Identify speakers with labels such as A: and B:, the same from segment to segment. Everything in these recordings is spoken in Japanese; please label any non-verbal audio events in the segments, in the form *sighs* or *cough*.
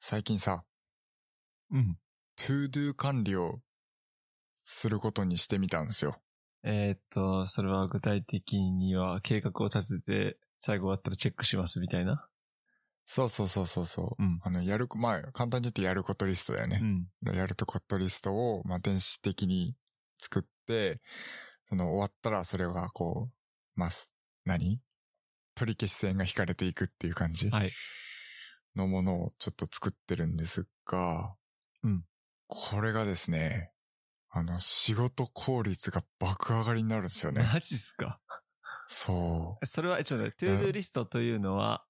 A: 最近さ、
B: うん。
A: to do 管理をすることにしてみたんですよ。
B: えーっと、それは具体的には計画を立てて、最後終わったらチェックしますみたいな。
A: そうそうそうそうそう。
B: うん
A: あの、やる、まあ、簡単に言ってやることリストだよね。
B: ん。
A: やるとことリストを、まあ、電子的に作って、その終わったらそれがこう、まあ、す何取り消し線が引かれていくっていう感じ
B: はい。
A: のものをちょっと作ってるんですが、
B: うん。
A: これがですね、あの、仕事効率が爆上がりになるんですよ *laughs* ね。
B: マジっすか
A: そ
B: それは、えちょっと待って、トゥードゥーリストというのは、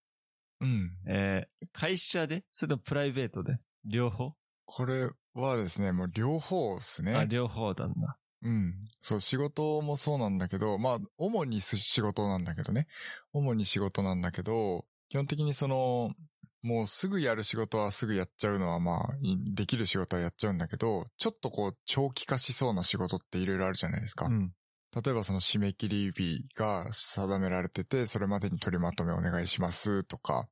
A: う。うん。
B: えー会社でそれともプライベートで両方
A: これはですね、もう両方ですね。
B: あ、両方なんだ。
A: うん。そう、仕事もそうなんだけど、まあ、主にす仕事なんだけどね。主に仕事なんだけど、基本的にその、もうすぐやる仕事はすぐやっちゃうのはまあ、いできる仕事はやっちゃうんだけど、ちょっとこう、長期化しそうな仕事っていろいろあるじゃないですか。
B: ん。
A: 例えばその締め切り日が定められてて、それまでに取りまとめお願いしますとか、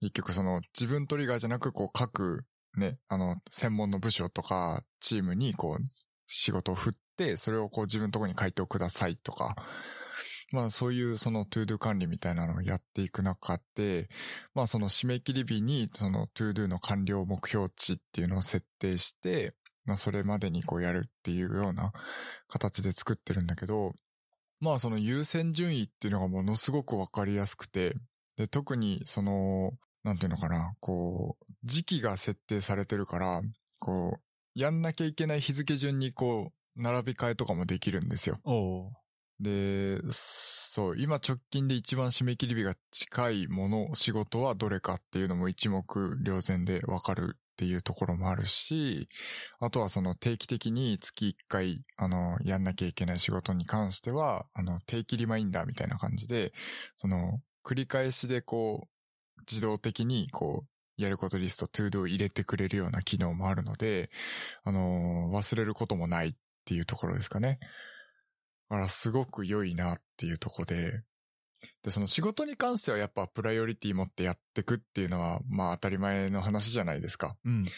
A: 結局その自分トリガーじゃなくこう各ね、あの、専門の部署とかチームにこう仕事を振って、それをこう自分のところに回答くださいとか、まあそういうそのトゥードゥ管理みたいなのをやっていく中で、まあその締め切り日にそのトゥードゥの完了目標値っていうのを設定して、まあそれまでにこうやるっていうような形で作ってるんだけど、まあその優先順位っていうのがものすごくわかりやすくて、で、特にその、なんていうのかな、こう、時期が設定されてるから、こう、やんなきゃいけない日付順にこう、並び替えとかもできるんですよ。
B: おう
A: で、そう、今直近で一番締め切り日が近いもの、仕事はどれかっていうのも一目瞭然でわかるっていうところもあるし、あとはその定期的に月1回、あの、やんなきゃいけない仕事に関しては、あの、定期リマインダーみたいな感じで、その、繰り返しでこう、自動的にこう、やることリスト、トゥードを入れてくれるような機能もあるので、あの、忘れることもないっていうところですかね。だからすごく良いなっていうとこで、で、その仕事に関してはやっぱプライオリティ持ってやってくっていうのは、まあ当たり前の話じゃないですか。
B: うん。
A: で、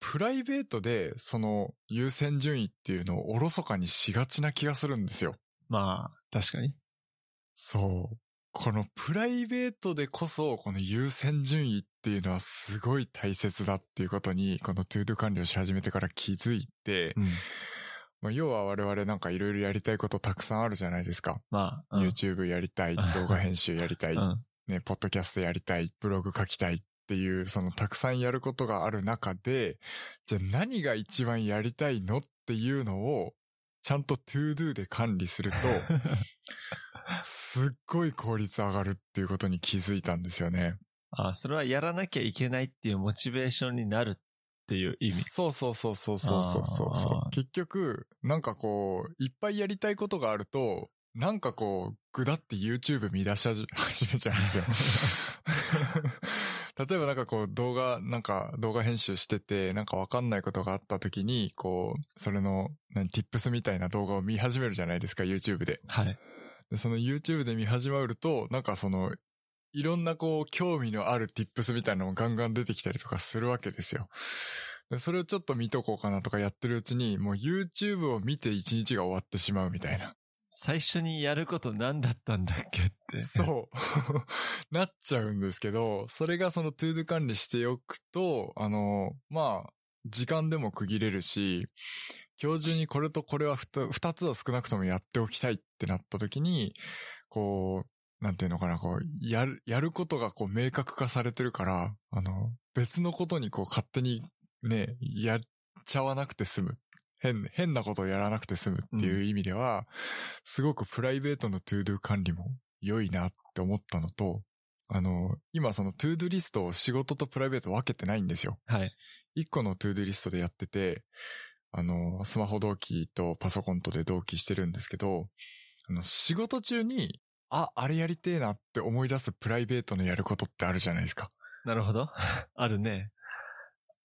A: プライベートでその優先順位っていうのをおろそかにしがちな気がするんですよ。
B: まあ、確かに。
A: そう。このプライベートでこそ、この優先順位っていうのはすごい大切だっていうことに、このトゥードゥ管理をし始めてから気づいて、
B: うん。
A: まあ、要は我々なんかいろいろやりたいことたくさんあるじゃないですか。
B: まあ、うん。
A: YouTube やりたい、動画編集やりたい、
B: うん。
A: ね、ポッドキャストやりたい、ブログ書きたいっていう、そのたくさんやることがある中で、じゃあ何が一番やりたいのっていうのを、ちゃんと to do で管理
B: *laughs*
A: すると、すっごい効率上がるっていうことに気づいたんですよね。
B: あ、それはやらなきゃいけないっていうモチベーションになるっていう意味。
A: そうそうそうそうそうそうそうそ
B: あ
A: う。
B: ー
A: 結局、なんかこう、いっぱいやりたいことがあると、なんかこう、ぐだって YouTube 見出し始めちゃうんです
B: *laughs*
A: よ。例えばなんかこう動画、なんか動画編集してて、なんかわかんないことがあった時に、こう、それの、何、tips みたいな動画を見始めるじゃないですか、YouTube で。
B: はい。
A: で、その YouTube で見始まると、なんかその、いろんなこう、興味のある tips みたいなのもガンガン出てきたりとかするわけですよ。で、それをちょっと見とこうかなとかやってるうちに、もう YouTube を見て一日が終わってしまうみたいな。
B: 最初にやること何だったんだっけって。
A: そう。 *laughs* なっちゃうんですけど、それがその to do 管理しておくと、あの、まあ、時間でも区切れるし、今日中にこれとこれはふた二つは少なくともやっておきたいってなった時に、こう、なんていうのかな、こう、やる、やることがこう明確化されてるから、あの、別のことにこう勝手にね、やっちゃわなくて済む。変、変なことをやらなくて済むっていう意味では、すごくプライベートのトゥードゥ管理も良いなって思ったのと、あの、今そのトゥードゥリストを仕事とプライベート分けてないんですよ。
B: はい。
A: 一個のトゥードゥリストでやってて、あの、スマホ同期とパソコンとで同期してるんですけど、あの、仕事中に、あ、あれやりてえなって思い出すプライベートのやることってあるじゃないですか。
B: なるほど。 *laughs* あるね。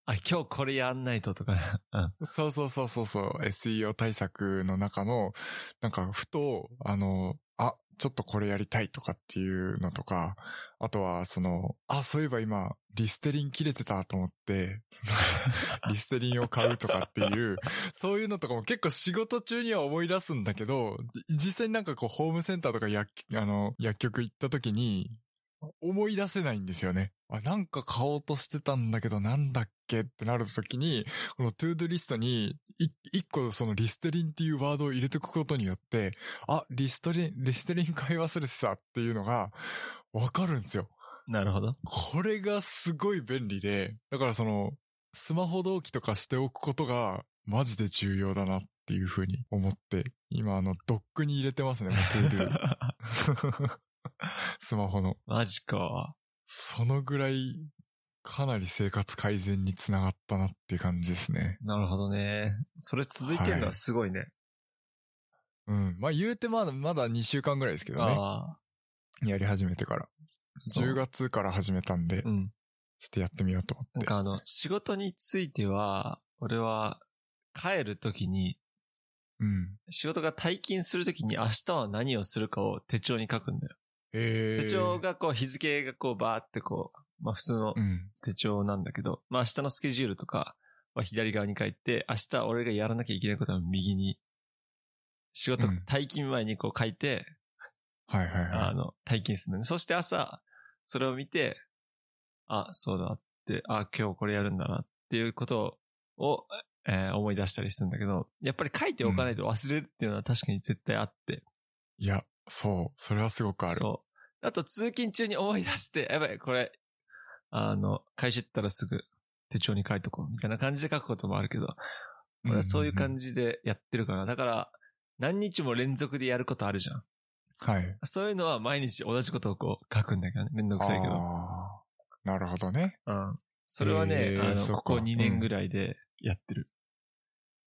B: あ、今日これやんないととか。 *laughs* うん。
A: そうそうそうそうそう、SEO 対策の中の、なんか、ふと、あの、あ、ちょっとこれやりたいとかっていうのとか、あとは、その、あ、そういえば今、リステリン切れてたと思って、 *laughs* リステリンを買うとかっていう、そういうのとかも結構仕事中には思い出すんだけど、実際になんかこう、ホームセンターとか薬、あの、薬局行った時に、思い出せないんですよね。あ、なんか買おうとしてたんだけど、なんだっけってなる時に、このトゥードゥリストに、い一個そのリステリンっていうワードを入れておくことによって、あ、リストリン、リステリン買い忘れてたっていうのが、わかるんですよ。
B: なるほど。
A: これがすごい便利で、だからその、スマホ同期とかしておくことが、マジで重要だなっていうふうに思って、今あの、ドックに入れてますね、もう To Do スマホの。
B: *laughs* マジか。
A: そのぐらい、かなり生活改善につながったなっていう感じですね。
B: なるほどね。それ続いてるのはすごいね。
A: うん。まあ言うてまだ、まだ2週間ぐらいですけどね。
B: ああ。
A: やり始めてから。
B: そう
A: 10月から始めたんで、ち
B: う
A: ょっ
B: ん。
A: とやってみようと思
B: な
A: っ
B: ん
A: て。
B: かあの、仕事については、俺は、帰るときに、
A: うん。
B: 仕事が退勤するときに明日は何をするかを手帳に書くんだよ。
A: えー。
B: 手帳がこう、日付がこう、バーってこう、まあ普通の
A: うん。
B: 手帳なんだけど、まあ明日のスケジュールとかは左側に書いて、明日俺がやらなきゃいけないことは右に、仕事
A: うん
B: 退勤前にこう書いて、
A: はいはい
B: あ
A: は
B: の、退勤するのね。そして朝、それを見て、あ、そうだって、あ、今日これやるんだなっていうことを、えー思い出したりするんだけど、やっぱり書いておかないと忘れるっていうのは確かに絶対あって。
A: い。いや、そう。それはすごくある。
B: そう。あと通勤中に思い出して、 *laughs* やばい、これ、あの、会社行ったらすぐ手帳に書いとこうみたいな感じで書くこともあるけど、俺はそういう感
A: じ。
B: じでやってるから、だから、何日も連続でやることあるじゃん。
A: はい。
B: そういうのは毎日同じことをこう書くんだけどね。めんどくさいけど。
A: あーなるほどね。
B: うん。それはね、
A: えー
B: あ
A: そっか
B: の、ここ2年ぐらいでやってる。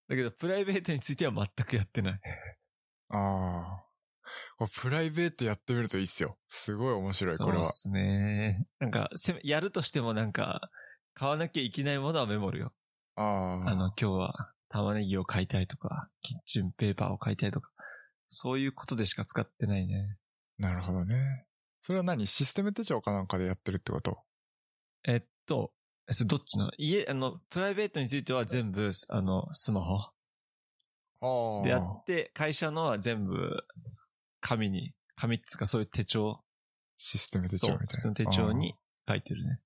B: だけど、プライベートについては全くやってない。
A: ああ。これプライベートやってみるといいっすよ。すごい面白い、これ
B: そう
A: は
B: で。すね。なんか、せめやるとしてもなんか、買わなきゃいけないものはメモるよ。
A: あ
B: あ
A: あ。
B: の、今日は玉ねぎを買いたいとか、キッチンペーパーを買いたいとか、そういうことでしか使ってないね。
A: なるほどね。それは何システム手帳かなんかでやってるってこと
B: えっと、えそれどっちの家、あの、プライベートについては全部、あの、スマホ
A: ああ。
B: でやって、会社のは全部、紙に、紙っつうかそういう手帳
A: システム手
B: そ
A: 帳
B: う、
A: みたいな。
B: 普通の手帳に書いてるね。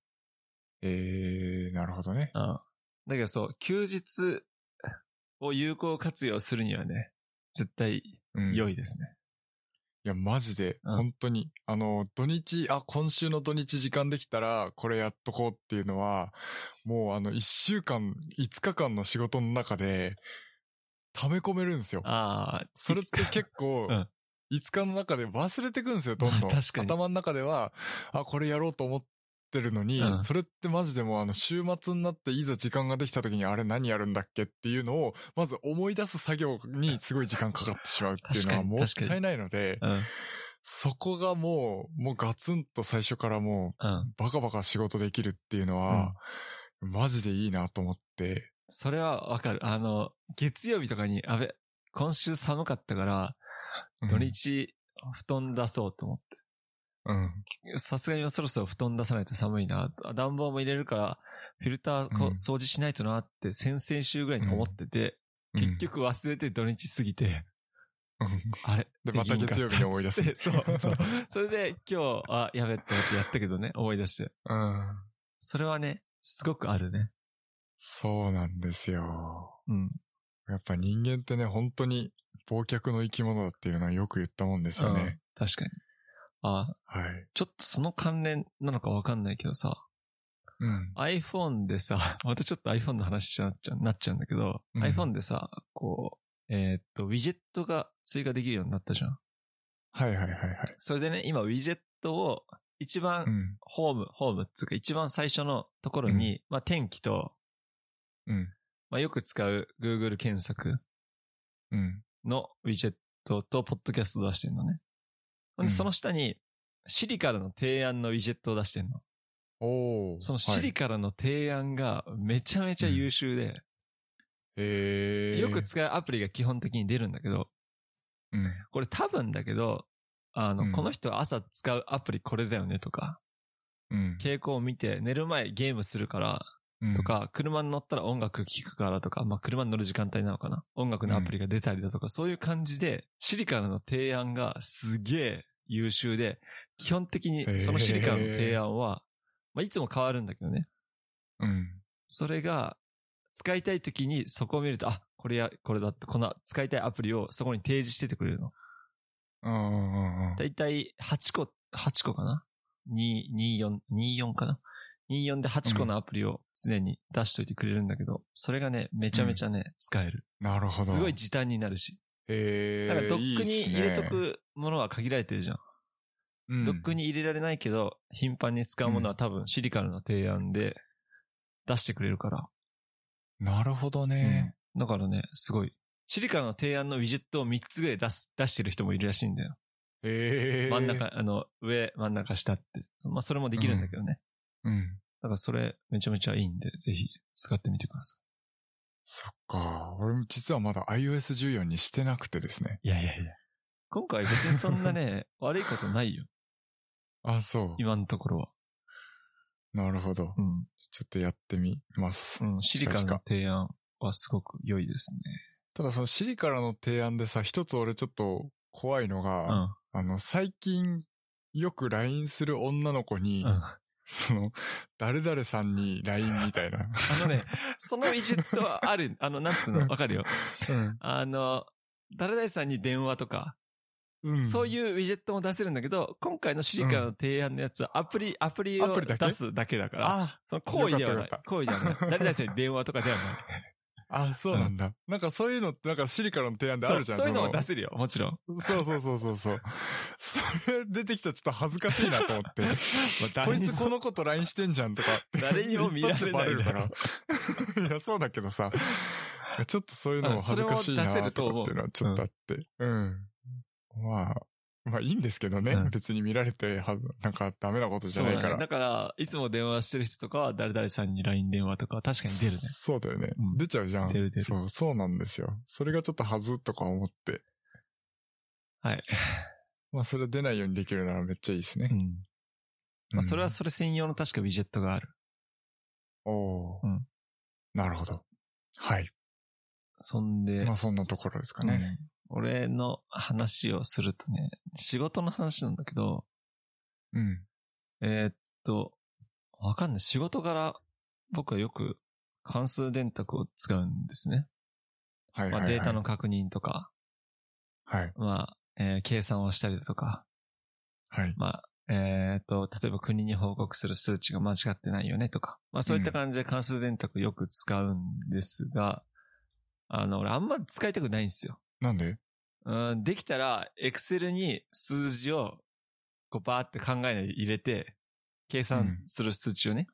A: あー。ええなるほどね。
B: うん。だけどそう、休日を有効活用するにはね、絶対
A: うん。
B: 良
A: い
B: いですね。
A: や、マジで、
B: うん
A: 本当に、あの、土日、あ、今週の土日時間できたら、これやっとこうっていうのは、もうあの、一週間、5日間の仕事の中で、溜め込めるんですよ。
B: ああ、
A: それって結構、
B: うん
A: 5日の中で忘れてくんですよ、どんどん。
B: まあ確かに
A: 頭の中では、あ、これやろうと思ってるのに、
B: うん
A: それってマジでもうあの、週末になっていざ時間ができた時に、あれ何やるんだっけっていうのを、まず思い出す作業にすごい時間かかってしまうっていうのは
B: 確かに
A: もったいないので、
B: うん、
A: そこがもう、もうガツンと最初からも
B: うん。
A: う、バカバカ仕事できるっていうのは、マジでいいなと思って、
B: それはわかる。あの、月曜日とかに、あべ、今週寒かったから、
A: うん
B: 土日、布団出そうと思っ
A: うん。
B: て。さすがにそろそろ布団出さないと寒いな。あ暖房も入れるから、フィルターこ
A: うん
B: 掃除しないとなって、先々週ぐらいに思ってて、結局忘れて土日過ぎて、
A: うん、うん
B: あれ
A: でまた月曜日に思い *laughs* 出す
B: できんかったっつって *laughs* そうそう。それで今日、あ、やべって思ってやったけどね、思い出して。
A: うん。
B: それはね、すごくあるね。
A: そうなんですよ。
B: うん。
A: やっぱ人間ってね、本当に忘却の生き物だっていうのはよく言ったもんですよね。
B: うん確かに。あ、
A: はい。
B: ちょっとその関連なのかわかんないけどさ、
A: うん。
B: iPhone でさ、 *laughs* またちょっと iPhone の話になっちゃうなっちゃうんだけど、
A: うん
B: iPhone でさ、こう、えーっと、ウィジェットが追加できるようになったじゃん。
A: はいはいはいはい。
B: それでね、今ウィジェットを一
A: う
B: 番
A: ん。
B: ホーム、ホームっつうか一番最初のところに、まあ天気と、
A: うん。
B: まあよく使う Google 検索
A: うん。
B: のウィジェットとポッドキャストを出してんのね。ほん
A: うん
B: で、その下に、シリからの提案のウィジェットを出してんの。
A: おー。
B: そのシ
A: は
B: リ
A: い、
B: からの提案がめちゃめちゃ優秀で、
A: えー、
B: よく使うアプリが基本的に出るんだけど、
A: うん。
B: これ多分だけど、あの、
A: うん
B: この人朝使うアプリこれだよねとか、
A: うん。
B: 傾向を見て寝る前ゲームするから
A: うん
B: と、か、車に乗ったら音楽聴くからとか、まあ、車に乗る時間帯なのかな。音楽のアプリが出たりだとか、そういう感じで、シリからの提案がすげえ優秀で、基本的にそのシリからの提案は、まあ、いつも変わるんだけどね。
A: うん。
B: それが、使いたい時にそこを見ると、あ、これや、これだって、この使いたいアプリをそこに提示しててくれるの。
A: うんうんうん。
B: だいたい8個、8個かな ?2、24、24かな ?24 で8個のアプリを常に出しといてくれるんだけど、それがね、めちゃめちゃね、使える。
A: なるほど。
B: すごい時短になるし。
A: え
B: だから
A: ー、
B: ドックに入れと
A: いいっ
B: くものは限られてるじゃん。
A: すね、
B: ドック
A: に。
B: に入れられないけど、頻繁に使うものは多分シリカルの提案で出してくれるから。
A: なるほどね。
B: うんだからね、すごい。シリカの提案のウィジェットを3つぐらい出す、出してる人もいるらしいんだよ。
A: えー。
B: 真ん中、あの、上、真ん中、下って。まあ、それもできるんだけどね。
A: うん。
B: だからそれ、めちゃめちゃいいんで、ぜひ、使ってみてくださ
A: そっか。俺も実はまだ iOS14 にしてなくてですね。
B: い。いやいやいや。今回別にそんなね、 *laughs* 悪いことないよ。
A: あ、そ
B: 今のところは。
A: う。なるほど。
B: うん。
A: ちょっとやってみます。
B: うん。シリカの提案はすごく良いですね。
A: ただそのシリからの提案でさ、一つ俺ちょっと怖いの
B: う
A: が、
B: ん。
A: あの、最近よく LINE する女の子に、
B: うん。あ
A: その、誰々さんに LINE みたい
B: *laughs*
A: な。
B: のね、そのウィジェットはある、あの、なんつうの、わかるよ。
A: うん
B: あの、誰々さんに電話とか、
A: *laughs* うん
B: そういうウィジェットも出せるんだけど、今回のシリカの提案のやつはアプリ、アプリを
A: アプリだけ
B: 出すだけだから、
A: あ、
B: その行為ではな
A: よ
B: い
A: かっ。
B: 行為では
A: *laughs*
B: ない。誰々さんに電話とかではない。
A: あ、そうなんだ。なんかそういうのって、なんかシリからの提案であ
B: そ
A: る
B: う
A: じゃん。
B: そういうの
A: そ
B: も出せるよ、もちろん。
A: そうそうそうそうそう。 *laughs* それ出てきたらちょっと恥ずかしいなと思って。こ
B: *laughs* 誰
A: い
B: に
A: つ
B: も
A: この子と LINE してんじゃんとか。
B: 誰にも見られない
A: 一発でバレる *laughs* から。いや、そうだけどさ。ちょっとそういうのも恥ずかしい
B: うんそれを出せ
A: な
B: ると
A: とか
B: 思う
A: っていうのはちょっとあって。うん。まあ、まあいいんですけどね。
B: うん
A: 別に見られては、なんかダメなことじゃ
B: そう
A: な
B: だ
A: いか
B: ね
A: ら。
B: だから、いつも電話してる人とかは、誰々さんに LINE 電話とかは確かに出るね。
A: そうだよね。
B: うん
A: 出ちゃうじゃん。
B: 出る出る
A: そう、そうなんですよ。それがちょっとはずとか思って。
B: はい。
A: *sighs* まあそれ出ないようにできるならめっちゃいいですね
B: う。ん。まあ、そ
A: う
B: れは
A: ん
B: それ専用の確かウィジェットがある。
A: おお、
B: うん
A: なるほど。はい。
B: そんで、
A: まあそんなところですかね。
B: うん俺の話をするとね、仕事の話なんだけど、
A: うん。
B: えーっと、わかんない。仕事柄、僕はよく関数電卓を使うんですね。
A: はいはい、
B: ま
A: は
B: あ、
A: い。
B: データの確認とか、
A: はい。
B: まあ、えー計算をしたりだとか、
A: はい。
B: まあ、えーっと、例えば国に報告する数値が間違ってないよねとか、まあそういった感じで関数電卓よく使うんですが、あの、俺あんまり使いたくないんですよ。
A: なんで
B: うん、できたら、Excel に数字を、こうバーって考えないで入れて、計算する数値をね、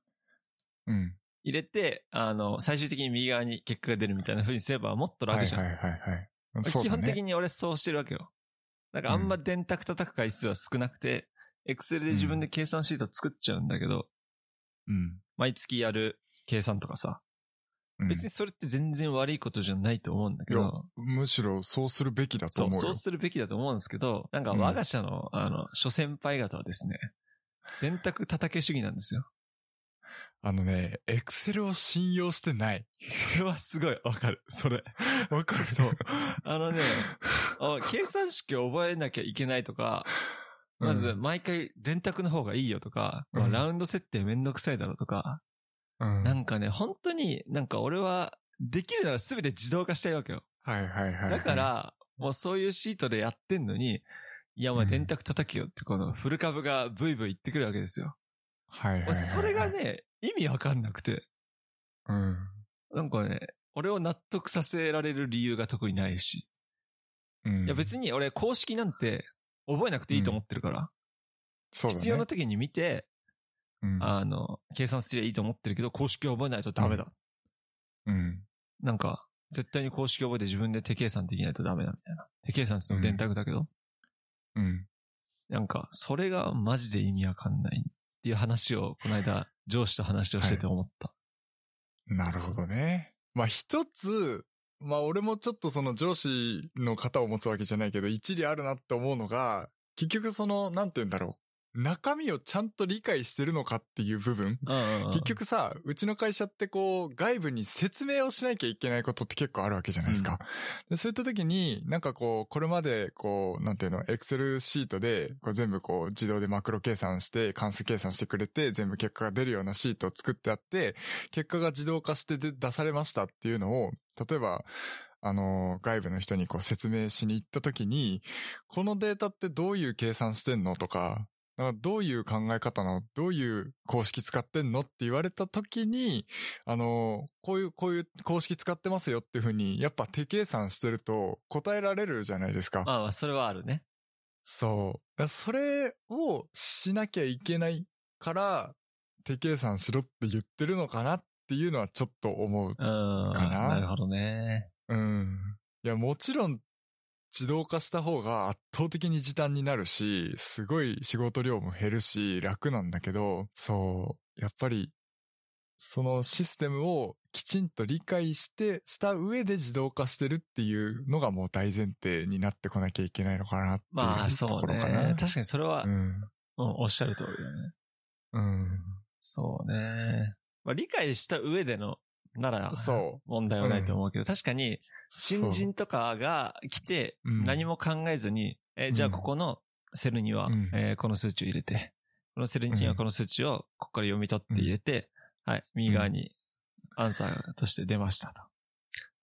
A: うん。
B: 入れて、あの、最終的に右側に結果が出るみたいな風にすればもっと
A: は
B: 楽
A: い
B: じゃん。
A: はいはいはい。そう
B: 基
A: だ
B: 本
A: ね。
B: 的に俺そうしてるわけよ。なんかあんま電卓叩く回数は少なくて、Excel で自分で計算シート作っちゃうんだけど、
A: うん。
B: 毎月やる計算とかさ、
A: うん
B: 別にそれって全然悪いことじゃないと思うんだけ
A: いや
B: ど、
A: むしろそうするべきだと
B: そ
A: 思
B: う、
A: うよ。
B: そうするべきだと思うんですけど、なんか我が社の、あの、諸先輩方はですね、電卓叩け主義なんで
A: *laughs*
B: すよ。
A: あのね、エクセルを信用してない。
B: それはすごいわかる。それ。
A: わかる
B: そう。
A: *laughs*
B: あのね、あ計算式を覚えなきゃいけないとか、
A: うん
B: まず、毎回電卓の方がいいよとか、
A: うん
B: まあラウンド設定めんどくさいだろうとか、
A: うん。
B: なんかね、本当になんか俺は、できるなら全て自動化したいわけよ。
A: はいはいはい。
B: だから、もうそういうシートでやってんのに、いや、お前
A: うん
B: 電卓叩きよって、このフル株がブイブイ言ってくるわけですよ。
A: はいはいはい。
B: 俺それが、ね、意味わかんなくて、
A: うん。
B: なんかね、俺を納得させられる理由が特にないし。
A: うん。
B: いや別
A: に、
B: に俺公式なんて覚えなくていいと思ってるから、
A: そうだね。
B: 必要な時に見て、
A: うん、
B: あの、計算すりゃいいと思ってるけど、公式を覚えないとダメだ。
A: うん。
B: なんか、絶対に公式を覚えて自分で手計算できないとダメだみたいな。手計算って言っても電卓だけど、
A: うん。
B: なんか、それがマジで意味わかんないっていう話を、この間、上司と話をしてて思った。
A: なるほどね。まあ一つ、まあ俺もちょっとその上司の肩を持つわけじゃないけど、一理あるなって思うのが、結局その、なんて言うんだろう。中身をちゃんと理解してるのかっていう部分。
B: うんうんうん
A: 結局さ、うちの会社ってこう、外部に説明をしなきゃいけないことって結構あるわけじゃないですか。でそういった時に、なんかこう、これまでこう、なんていうの、エクセルシートで、こう全部こう、自動でマクロ計算して、関数計算してくれて、全部結果が出るようなシートを作ってあって、結果が自動化してで出されましたっていうのを、例えば、あの、外部の人にこう説明しに行った時に、このデータってどういう計算してんのとか、なんかどういう考え方の、どういう公式使ってんのって言われた時に、あの、こういう、こういう公式使ってますよっていうふうに、やっぱ手計算してると答えられるじゃないですか。
B: まあまあ、それはあるね。
A: そう。だからそれをしなきゃいけないから、手計算しろって言ってるのかなっていうのはちょっと思う。
B: うん。
A: かな
B: なるほどね。
A: うん。いや、もちろん、自動化した方が圧倒的に時短になるし、すごい仕事量も減るし、楽なんだけど、そう、やっぱり、そのシステムをきちんと理解して、した上で自動化してるっていうのがもう大前提になってこなきゃいけないのかなって
B: まあ、
A: いうと
B: そ
A: こ
B: う
A: ろかな。
B: ね。確かにそれは、
A: う
B: うん、
A: ん。
B: おっしゃる通りだね。
A: うん。
B: そうね。まあ、理解した上での、なら、
A: そう。
B: 問題はないと思うけど、確かに、新人とかが来て、
A: うん
B: 何も考えずに、えーじゃあ
A: うん
B: ここのセルには、
A: うん
B: えーこの数値を入れて、このセルにはこの数値をここから読み取って入れて、はい、右側にアンサーとして出ましたと。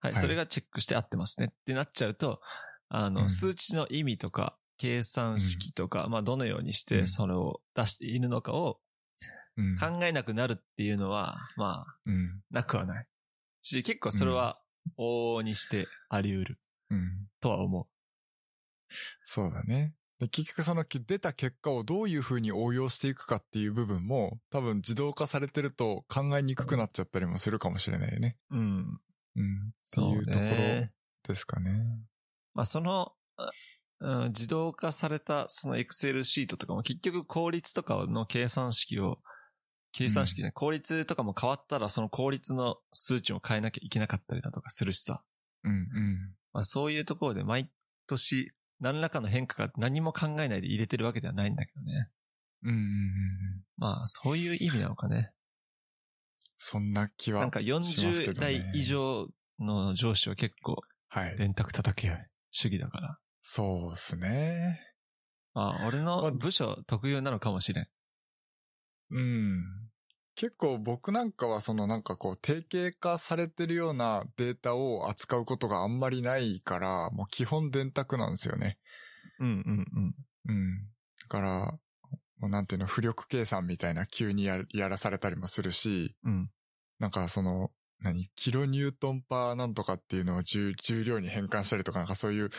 B: は
A: は
B: い、
A: い
B: それがチェックして合ってますねってなっちゃうと、あ
A: う
B: の、
A: ん
B: 数値の意味とか、計算式とか、まあ、どのようにし
A: う
B: て
A: ん
B: それを出しているのか
A: そ
B: を
A: う。うん。
B: 考えなくなるっていうのは、まあ、
A: うん。
B: なくはない。し、結構それは、往々にしてあり得る
A: うん。
B: とは思う。
A: そうだね。で、結局その出た結果をどういうふうに応用していくかっていう部分も、多分自動化されてると考えにくくなっちゃったりもするかもしれないよね。
B: うん。
A: うん。って
B: そう
A: いうところ
B: ね。
A: ですかね。
B: まあ、その、あうん、自動化された、その Excel シートとかも結局効率とかの計算式を、計算式じゃない、効率とかも変わったら、その効率の数値も変えなきゃいけなかったりだとかするしさ。
A: うん
B: まあ、そういうところで毎年、何らかの変化が何も考えないで入れてるわけではないんだけどね。
A: うん。うんうんうんうん。
B: まあ、そういう意味なのかね。
A: そんな気は。
B: なんか
A: しますけど
B: 40
A: ね
B: 代以上の上司は結構、
A: はい。
B: 電卓叩け主義だから。
A: そうですね。
B: まあ、俺
A: ま
B: の
A: あ
B: 部署特有なのかもしれん。
A: うん。結構僕なんかはそのなんかこう定型化されてるようなデータを扱うことがあんまりないから、もう基本電卓なんですよね。
B: うんうんうん。
A: うん。だから、もうなんていうの、浮力計算みたいな急にやるやらされたりもするし、
B: うん。
A: なんかその、何キロニュートンパーなんとかっていうのを重重量に変換したりとか、なんかそう
B: *laughs*
A: いう、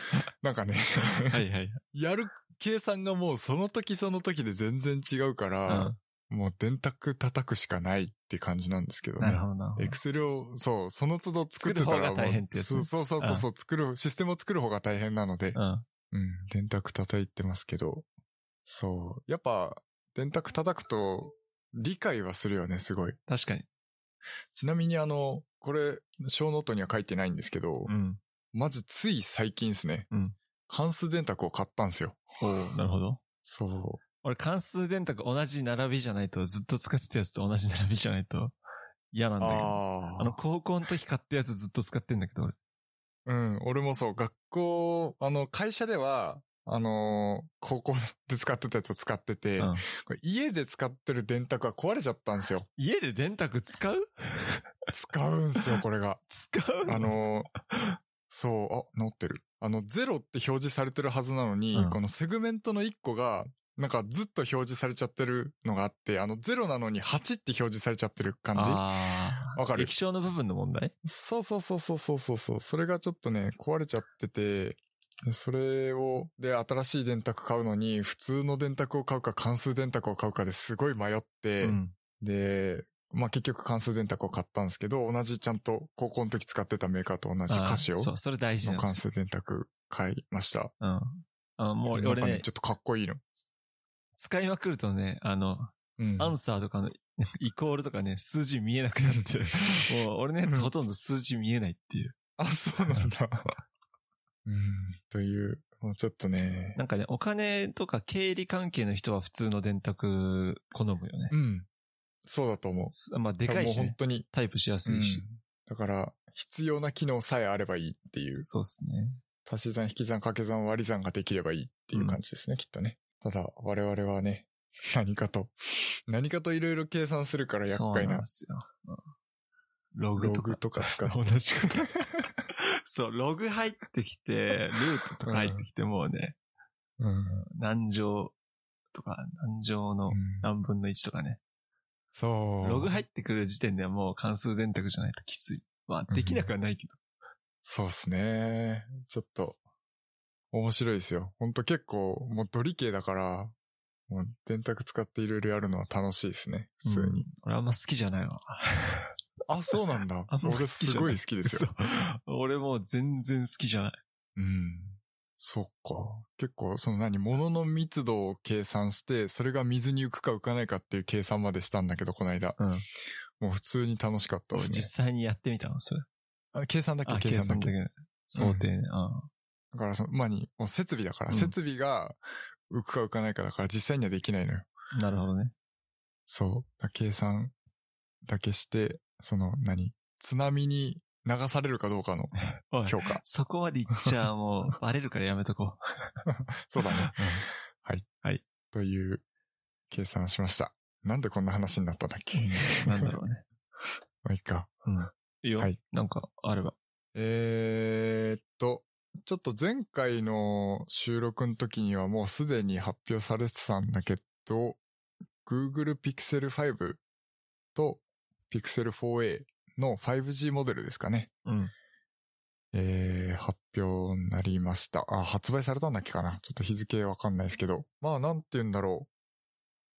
A: なんかね、 *laughs*
B: はいはい。
A: やる計算がもうその時その時で全然違うか
B: う
A: ら、
B: ん。
A: もう電卓叩くしかないって感じなんですけど
B: な
A: ね
B: る。ほどなるほど
A: エクセルを、そう、その都度作ってた
B: 作る
A: ら
B: 方が大変ってやつ
A: もうそうそうそうそう、作る、システムを作る方が大変なので、
B: うん。
A: うん、電卓叩いてますけど、そう。やっぱ、電卓叩くと、理解はするよね、すごい。
B: 確かに。
A: ちなみにあの、これ、小ノートには書いてないんですけど、
B: うん。
A: まずつい最近ですね。
B: うん
A: 関数電卓を買ったんですよ。
B: なるほど。
A: そ
B: 俺、関数電卓同じ並びじゃないと、ずっと使ってたやつと同じ並びじゃないと、嫌な
A: う。
B: んだけど。
A: あ
B: あの、高校の時買ったやつずっと使ってんだけど、俺。
A: うん、俺もそう、学校、あの、会社では、あのー高校で使ってたやつを使ってて、
B: うん
A: これ家で使ってる電卓が壊れちゃったんですよ。
B: 家で電卓使う
A: 使うんすよ、これが。
B: 使
A: *laughs*
B: う
A: あ、のー、そう、あ、治ってる。あの、ゼロって表示されてるはずなのに、
B: うん
A: このセグメントの1個が、なんかずっと表示されちゃってるのがあって、あの、ゼロなのに8って表示されちゃってる感じわ
B: ああ。
A: かる
B: 液晶の部分の問題
A: そうそうそうそうそうそうそう。それがちょっとね、壊れちゃってて、でそれを、で、新しい電卓買うのに、普通の電卓を買うか関数電卓を買うかですごい迷って、
B: うん。
A: で、まあ、結局関数電卓を買ったんですけど、同じちゃんと高校の時使ってたメーカーと同じカシオ
B: あーそう、それ大事なん
A: の
B: です
A: 関数
B: よ
A: 電卓買いました。
B: うん。あも
A: な
B: う
A: ん
B: 俺
A: か
B: ね
A: ちょ、っとかっこいいの。
B: 使いまくるとね、あの、
A: うん。 *laughs*
B: アンサーとかの *laughs* イコールとかね、数字見えなくなって、もう俺のやつほとんど数字見えないっていう。 *laughs*
A: あ、そうなんだ。うん。という、もうちょっとね。
B: なんかね、お金とか経理関係の人は普通の電卓好むよね。
A: うん。そうだと思う。
B: すまあ、でかい
A: もう
B: し、
A: 本
B: ね、
A: 当に。
B: タイプしやす
A: う
B: い
A: ん
B: し。。
A: だから、必要な機能さえあればいいっていう。
B: そうですね。
A: 足し算、引き算、掛け算、割り算ができればいいっていう感じですね、きっとね。ただ、我々はね、 *laughs* 何かと、 *laughs* 何かといろいろ計算するから
B: そ
A: 厄
B: う
A: 介
B: なん
A: な
B: で。すよ。うんロ
A: ロ
B: グとか
A: グ。とか使
B: 同じこと。 *laughs* そう、ログ入ってきて、ルートとか入ってきて、もうね、
A: うん。
B: 何乗とか、何乗の何分の1とかね。
A: そう。
B: ログ入ってくる時点ではもう関数電卓じゃないときつい。まあ、できなくはないけど。
A: そうっすね。ちょっと、面白いですよ。ほんと結構、もうドリ系だから、もう電卓使っていろいろやるのは楽しいですね、普通に。
B: うん俺あんま好きじゃないわ。
A: あ、そうなんだ
B: *laughs* あ。んま好
A: 俺
B: き
A: す
B: じゃない
A: ごい好きです
B: 嘘
A: よ。。
B: 俺もう全然好きじゃない。
A: うん。そっか。結構、その何、物の密度を計算して、それが水に浮くか浮かないかっていう計算までしたんだけど、この間。
B: うん。
A: もう普通に楽しかったですね
B: 実。際にやってみたのそれ。
A: あ計算だけ、
B: あ、
A: 計
B: 計
A: 算だ
B: 算
A: け
B: だ。け。想定ね。あ
A: だからその、まあに、もう設備だから、
B: うん
A: 設備が浮くか浮かないかだから、実際にはできないのよ。
B: あなるほどね。
A: そう。だ計算だけして、その何、津波に流されるかどう
B: *laughs*
A: かの
B: おい。
A: 評価
B: そこまで言っちゃもう、バレるからやめとこう。
A: *laughs* そうだね。
B: うん。
A: という計算をしました。なんでこんな話になったんだっけ
B: *laughs* なんだろうね。
A: *laughs* まあいいか。
B: いいよ。
A: はい
B: なんか、あれば。
A: えー、っと、ちょっと前回の収録の時にはもうすでに発表されてたんだけど、Google Pixel 5と Pixel 4a の 5G モデルですかね。
B: うん。
A: えー、発表になりました。あ、発売されたんだっけかなちょっと日付わかんないですけど。まあ、なんて言うんだろ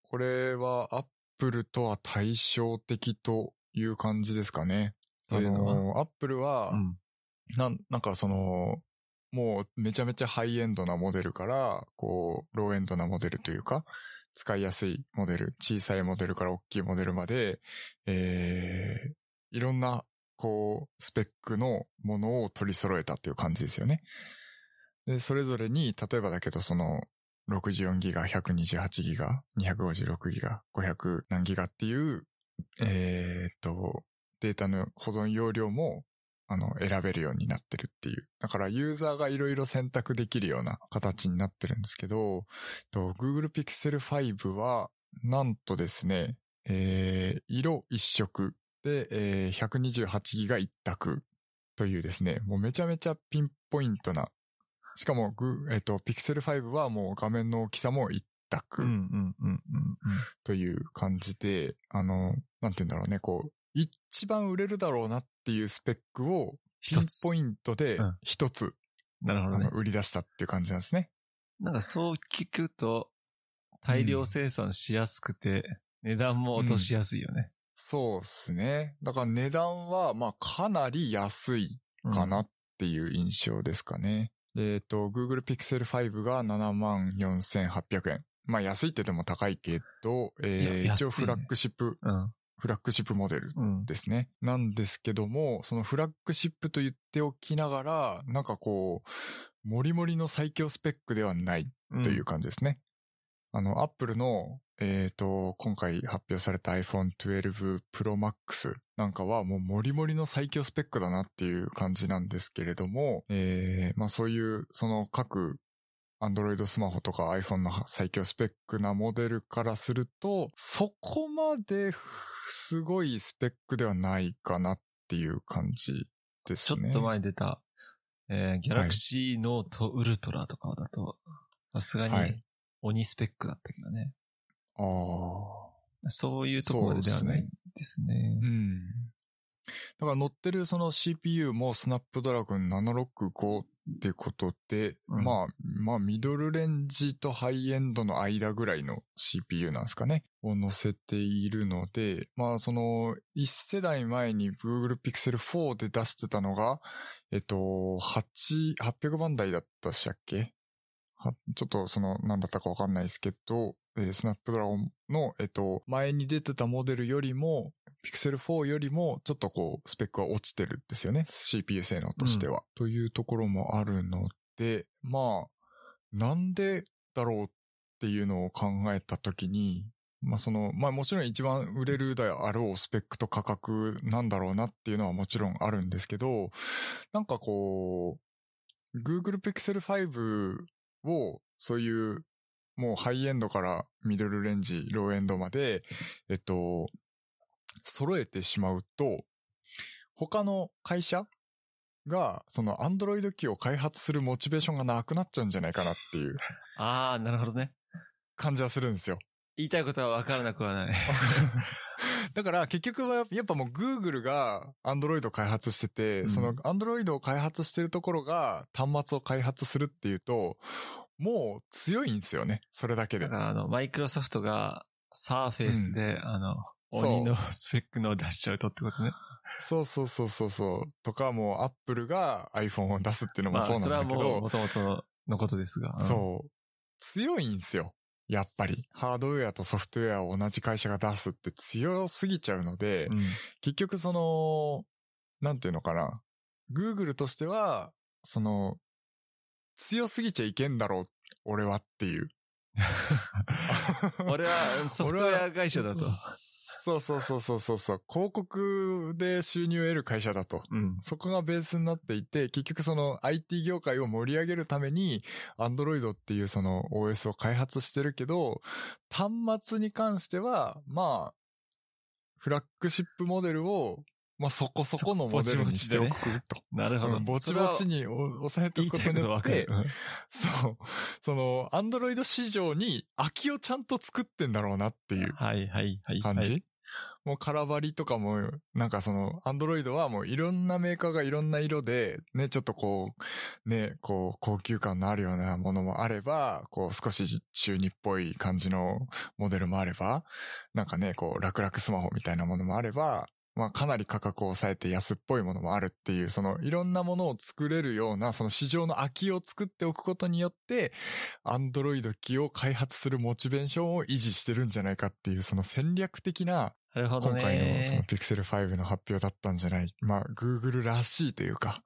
A: う。これは Apple とは対照的という感じですかね。
B: というのは
A: あのー、Apple は、
B: うん。
A: なん、なんかその、もうめちゃめちゃハイエンドなモデルから、こう、ローエンドなモデルというか、使いやすいモデル、小さいモデルから大きいモデルまで、えー、いろんな、こう、スペックのものを取り揃えたという感じですよね。で、それぞれに、例えばだけど、その、64ギガ、128ギガ、256ギガ、500何ギガっていう、えーっと、データの保存容量も、あの、選べるようになってるっていう。だから、ユーザーがいろいろ選択できるような形になってるんですけど、と Google Pixel 5は、なんとですね、えー、色一色で、えー、128ギガ一択というですね、もうめちゃめちゃピンポイントな。しかも、グえっ、と、Pixel 5はもう画面の大きさも一択。
B: うんうんうんうん
A: という感じで、あの、なんて言うんだろうね、こう、一番売れるだろうなっていうスペックを、ピン
B: 一つ
A: ポイントで
B: うん
A: 一つ、
B: うん。なるほど
A: あの
B: ね。
A: 売り出したっていう感じなんですね。
B: なんかそう聞くと、大量生産しやすくて、値段も落としやすいよね。
A: そうですね。だから値段は、まあ、かなり安いかなっていう印象ですかね。でえっと、Google Pixel 5が74,800円。まあ、安いって言っても高いけど、え
B: い
A: ー、
B: や
A: 一応
B: 安
A: フ
B: いね
A: ラッグシップ、
B: うん。
A: フラッグシップモデル
B: うん。
A: ですね。なんですけども、そのフラッグシップと言っておきながら、なんかこう、モリモリの最強スペックではない
B: うん
A: という。感じですね。あの、Apple の、えっ、と、今回発表された iPhone 12 Pro Max なんかはもうモリモリの最強スペックだなっていう感じなんですけれども、えーまあそういう、その各 Android スマホとか iPhone の最強スペックなモデルからすると、そこまでふすごいスペックではないかなっていう感じです
B: ちょ
A: ね。
B: っと前に出た、えー、ギャラクシーノートウルトラとかだと、さすが
A: は
B: に
A: い
B: 鬼スペックだったけどね。
A: ああ。
B: そういうところではないですね。
A: うん。だから乗ってるその CPU もスナップドラゴン765ってことで、
B: うん
A: まあ、まあミドルレンジとハイエンドの間ぐらいの CPU なんですかね。を乗せているので、まあその1世代前に Google Pixel 4で出してたのが、えっと、8、800番台だったっしたっけはちょっとその何だったかわかんないですけど、えースナップドラゴンの、えっと、前に出てたモデルよりも、Pixel 4よりもちょっとこう、スペックは落ちてるんですよね。CPU 性能としては。というところもあるので、まあ、なんでだろうっていうのを考えたときに、まあその、まあもちろん一番売れるであろうスペックと価格なんだろうなっていうのはもちろんあるんですけど、なんかこう、Google Pixel 5をそういうもうハイエンドからミドルレンジ、ローエンドまで、えっと、揃えてしまうと、他の会社が、その Android 機を開発するモチベーションがなくなっちゃうんじゃないかなっていう
B: ああ、なるほどね。
A: 感じはするん
B: *laughs*
A: ですよ。
B: 言いたいことは分からなくはない。
A: だから結局はやっぱもう Google が Android を開発してて、
B: うん
A: その Android を開発してるところが端末を開発するっていうと、もう強いんですよね。それだけで
B: だか。ら、あの、マイクロソフトが、サーフェイスで、あの、
A: そう
B: 鬼のスペックのを出しちゃうとってことね。
A: そうそうそうそうそう。とかもう Apple が iPhone を出すっていうの
B: ま
A: も
B: あ、
A: そうなん
B: それ
A: だ
B: は
A: けど、
B: もう、もともとのことですが。うん
A: そう。強いんですよ。やっぱり。ハードウェアとソフトウェアを同じ会社が出すって強すぎちゃうので、
B: うん。
A: 結局その、なんていうのかな。Google としては、その、強すぎちゃいけんだろう、俺はっていう。
B: 俺は、ソフトウェア会社だと。
A: そうそうそうそうそうそう。広告で収入を得る会社だと。
B: うん。
A: そこがベースになっていて、結局その IT 業界を盛り上げるために、Android っていうその OS を開発してるけど、端末に関しては、まあ、フラッグシップモデルを、まあそこそこのモデルにしておくと。
B: *laughs* なるほど。
A: うんぼちぼち
B: に
A: にお抑えてお
B: 言
A: くこ
B: いた
A: と
B: い
A: に
B: こと
A: よ
B: 分
A: っ
B: かる
A: て。、そう、その、Android 市場に空きをちゃんと作ってんだろうなっていう。
B: はいはいはい。
A: 感じ、
B: はい
A: もう空張りとかも、なんかその、アンドロイドはもういろんなメーカーがいろんな色で、ね、ちょっとこう、ね、こう、高級感のあるようなものもあれば、こう、少し中二っぽい感じのモデルもあれば、なんかね、こう、楽々スマホみたいなものもあれば、まあ、かなり価格を抑えて安っぽいものもあるっていう、その、いろんなものを作れるような、その市場の空きを作っておくことによって、アンドロイド機を開発するモチベーションを維持してるんじゃないかっていう、その戦略的な、
B: なるほど
A: 今
B: ね。
A: 回のその Pixel 5の発表だったんじゃない、まあ、Google らしいというか、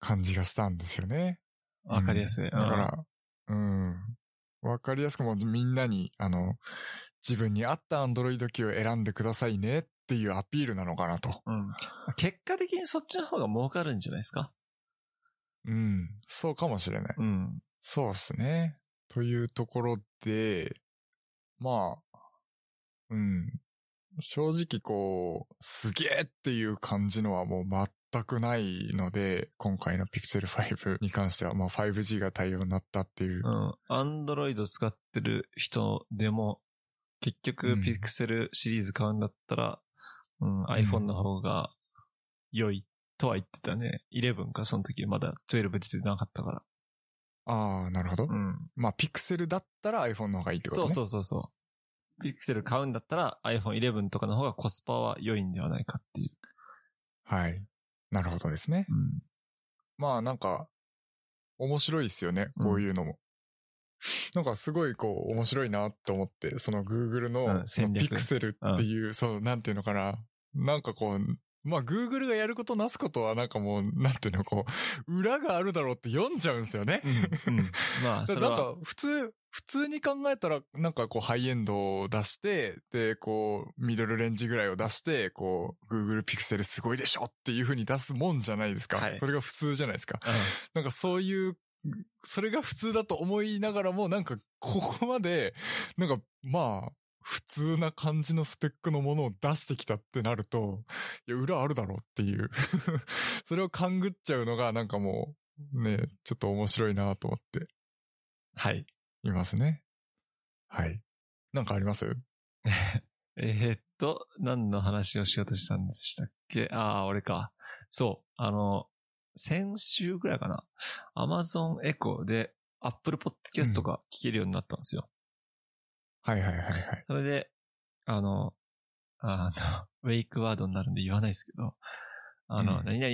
A: 感じがしたんですよね。
B: わかりやす
A: う
B: い。
A: んだから、うん。わかりやすくもうみんなに、あの、自分に合ったアンドロイド機を選んでくださいねっていうアピールなのかなと。
B: うん。うん結果的にそっちの方が儲かるんじゃないですか
A: うん。そうかもしれない。
B: うん。
A: そうですね。というところで、まあ、うん。正直こう、すげえっていう感じのはもう全くないので、今回の Pixel 5に関しては、まあ 5G が対応になったっていう
B: う。ん。アンドロイド使ってる人でも、結
A: う
B: 局
A: ん
B: ピクセルシリーズ買うんだったら、うん、iPhone の方が良いとは言ってたね。11か、その時まだ12出てなかったから。
A: ああ、なるほど。
B: うん。
A: まあ Pixel だったら iPhone の方がいいってこと
B: そ
A: ね。
B: うそうそうそう。ピクセル買うんだったら iPhone11 とかの方がコスパは良いんではないかっていう。
A: はい。なるほどですね。
B: うん。
A: まあなんか、面白いですよね、
B: うん
A: こういうのも。 *laughs* なんかすごいこう面白いなと思って、その Google
B: う
A: の
B: ん
A: その
B: 戦略
A: ピクセルっていう、そのなんていうのかな。なんかこう、まあ Google がやることなすことはなんかもう、なんていうの、こう、 *laughs* 裏があるだろうって読んじゃうんですよね。
B: うん。うん *laughs* まあ、
A: だ
B: それ
A: なん
B: は。
A: か普通、普通に考えたら、なんかこうハイエンドを出して、で、こう、ミドルレンジぐらいを出して、こう、Google ピクセルすごいでしょっていう風に出すもんじゃないですか。
B: はい
A: それが普通じゃないですか。
B: うん
A: なんかそういう、それが普通だと思いながらも、なんかここまで、 *laughs* なんかまあ、普通な感じのスペックのものを出してきたってなると、いや、裏あるだろうっていう。 *laughs* それを勘ぐっちゃうのが、なんかもう、ね、ちょっと面白いなと思って
B: はい。
A: いますね。はい。なんかあります
B: *laughs* えーっと、何の話をしようとしたんでしたっけああ、俺か。そう。あの、先週ぐらいかな。Amazon Echo で Apple Podcast が聞けるようになったんですよ。
A: はいはいはいはい。
B: それで、あの、あの、ウ *laughs* ェイクワードになるんで言わないですけど、あの、
A: うん
B: 何々、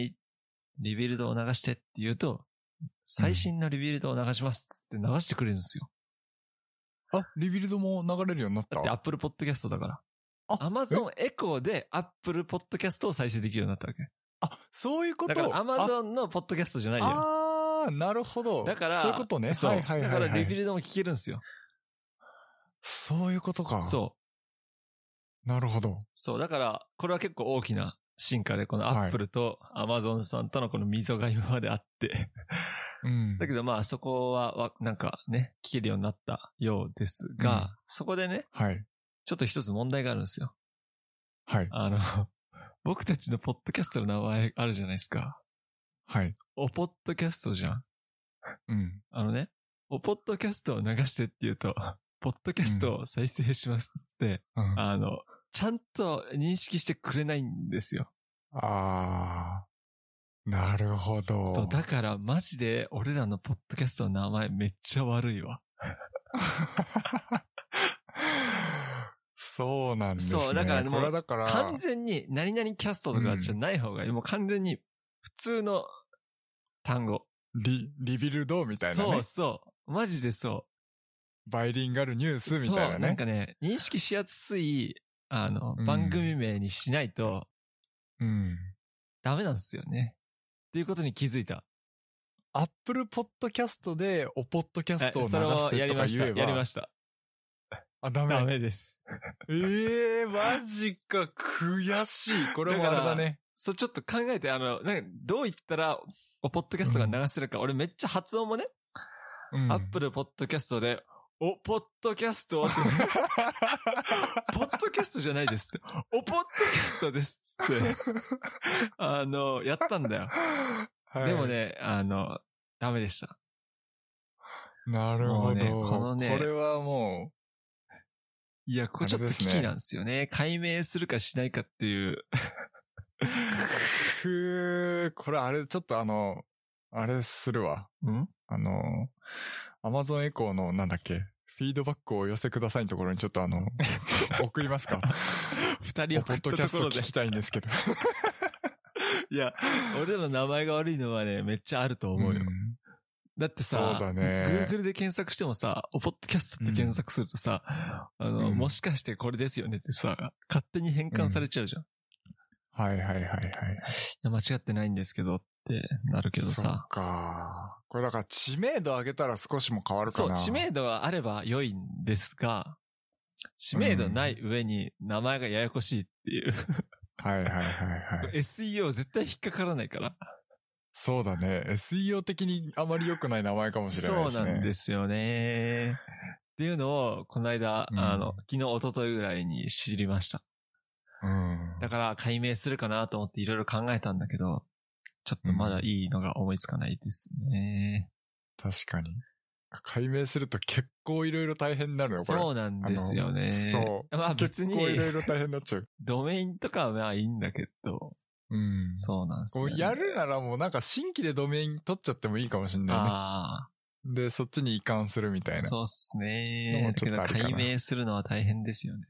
B: リビルドを流してって言うと、最新のリビルドを流しますっつって流してくれるんですよ。
A: あ、リビルドも流れるようになっ
B: だって
A: た。
B: Apple Podcast だから。
A: あ
B: Amazon Echo で Apple Podcast を再生できるようになったわけ。
A: あ、そういうこ
B: だから
A: と
B: Amazon のポッドキャストじゃないよ。
A: あああ、なるほど。
B: だから、
A: そういうことね。
B: そう
A: はいはいはい、
B: だから
A: は
B: レビ
A: い。
B: ルでも聞けるんですよ。
A: そういうことか。
B: そう。
A: う。なるほど。
B: そう、だから、これは結構大きな進化で、このアップルとアマゾンさんとのこの溝が今まで
A: *laughs*
B: あって。
A: うん。
B: だけどまあ、そこはわ、なんかね、聞けるようになったようです
A: う
B: が、
A: ん
B: そこでね、
A: はい。
B: ちょっと一つ問題があるんですよ。
A: はい。
B: あの、僕たちのポッドキャストの名前あるじゃないですか。
A: はい。
B: おポッドキャストじゃん。
A: うん。
B: あのね、おポッドキャストを流してって言うと、 *laughs* ポッドキャストを再生しますって、
A: うん、あ
B: あの、ちゃんと認識してくれないんですよ。
A: あー。なるほど。
B: そう、だからマジで俺らのポッドキャストの名前めっちゃ悪いわ。
A: そうなんですね。
B: そうだからもう
A: これはだから、
B: 完全に何々キャストとかじゃない方がいい。もう完全に普通の単語。
A: リ、リビルドみたいな
B: そ
A: ね
B: う。そう。マジでそ
A: バイリンガルニュー
B: う。
A: スみたい
B: そ
A: な
B: う、な
A: ね
B: ん。かね、認識しやすい、あの
A: う、ん
B: 番組名にしないと
A: うん。
B: ダメなんですよね。っていうことに気づいた。
A: アップルポッドキャストで、おポッドキャストを
B: え
A: 流
B: それを
A: して
B: やり
A: とか
B: ました。
A: 言えば。
B: やりました。
A: あ、ダメ。
B: ダメです。
A: ええマジか、悔しい。これもあれだね。
B: そう、ちょっと考えて、あの、なんかどう言ったら、おポッドキャストが流せるか。俺めっちゃ発音もね、アップ
A: ル。
B: ルポッドキャストで、お、ポッドキャストって、
A: *laughs*
B: ポッドキャストじゃないですって。お、ポッドキャストですっつって、あの、やったんだよ。
A: はい
B: でも。ね、あの、ダメでした。
A: なるほど。
B: もうねこ
A: こ
B: のね
A: れはも
B: いや、これちょっと
A: あれで
B: 危
A: すね
B: 機なんですよね。解明するかしないかっ
A: *laughs*
B: ていう。
A: う、くーこれあれ、ちょっとあの、あれするわ。
B: ん
A: あの、アマゾンエコーのなんだっけ、フィードバックをお寄せくださいのところにちょっとあ
B: *laughs*
A: の、送りますか。
B: 二
A: い
B: 人を
A: ポ
B: 送っ
A: ッド
B: た
A: キャ
B: と
A: ス
B: こ
A: ト
B: ろ
A: 聞
B: で。
A: きたいんですけど。
B: いや、俺らの名前が悪いのはね、めっちゃあると思うよ。
A: ん
B: だってさ、
A: そうだね
B: Google で検索してもさ、おポッドキャストって検索するとさ、あの、
A: うん
B: もしかしてこれですよねってさ、勝手に変換されちゃうじゃん。い
A: はいはいはいはい。
B: や、間違ってないんですけどってなるけど
A: そ
B: さ
A: っ。か。これだから知名度上げたら少しも変わるか
B: そう、
A: な。
B: 知名度があれば良いんですが、知名度ない上に名前がややこしいっていう。
A: はいはいはい
B: *laughs*
A: はい。
B: SEO 絶対引っかからないから。
A: そうだね。SEO 的にあまり良くない名前かもしれないです
B: そ
A: ね。。
B: うなんですすよね。っていうのを、この間、
A: うん
B: あの、昨日、一昨日ぐらいに知りました。
A: うん。
B: だから解明するかなと思っていろいろ考えたんだけど、ちょっとまだいいのが思いつかないですね。
A: 確かに。解明すると結構いろいろ大変になるよ、これ。
B: そうなんですよね。
A: そう
B: まあ別
A: 結
B: に
A: 構、いろいろ大変になっ
B: *laughs*
A: ちゃう。
B: ドメインとかはまあいいんだけど、
A: うん。
B: そうなんです
A: こ
B: よ、
A: う
B: ね。
A: やるならもうなんか新規でドメイン取っちゃってもいいかもしんない
B: あ
A: ね。で、そっちに移管するみた
B: あ、
A: いな。そう
B: そうっす
A: の
B: ね
A: も。ちょっとあるかな
B: だけど解明するのは大変ですよね。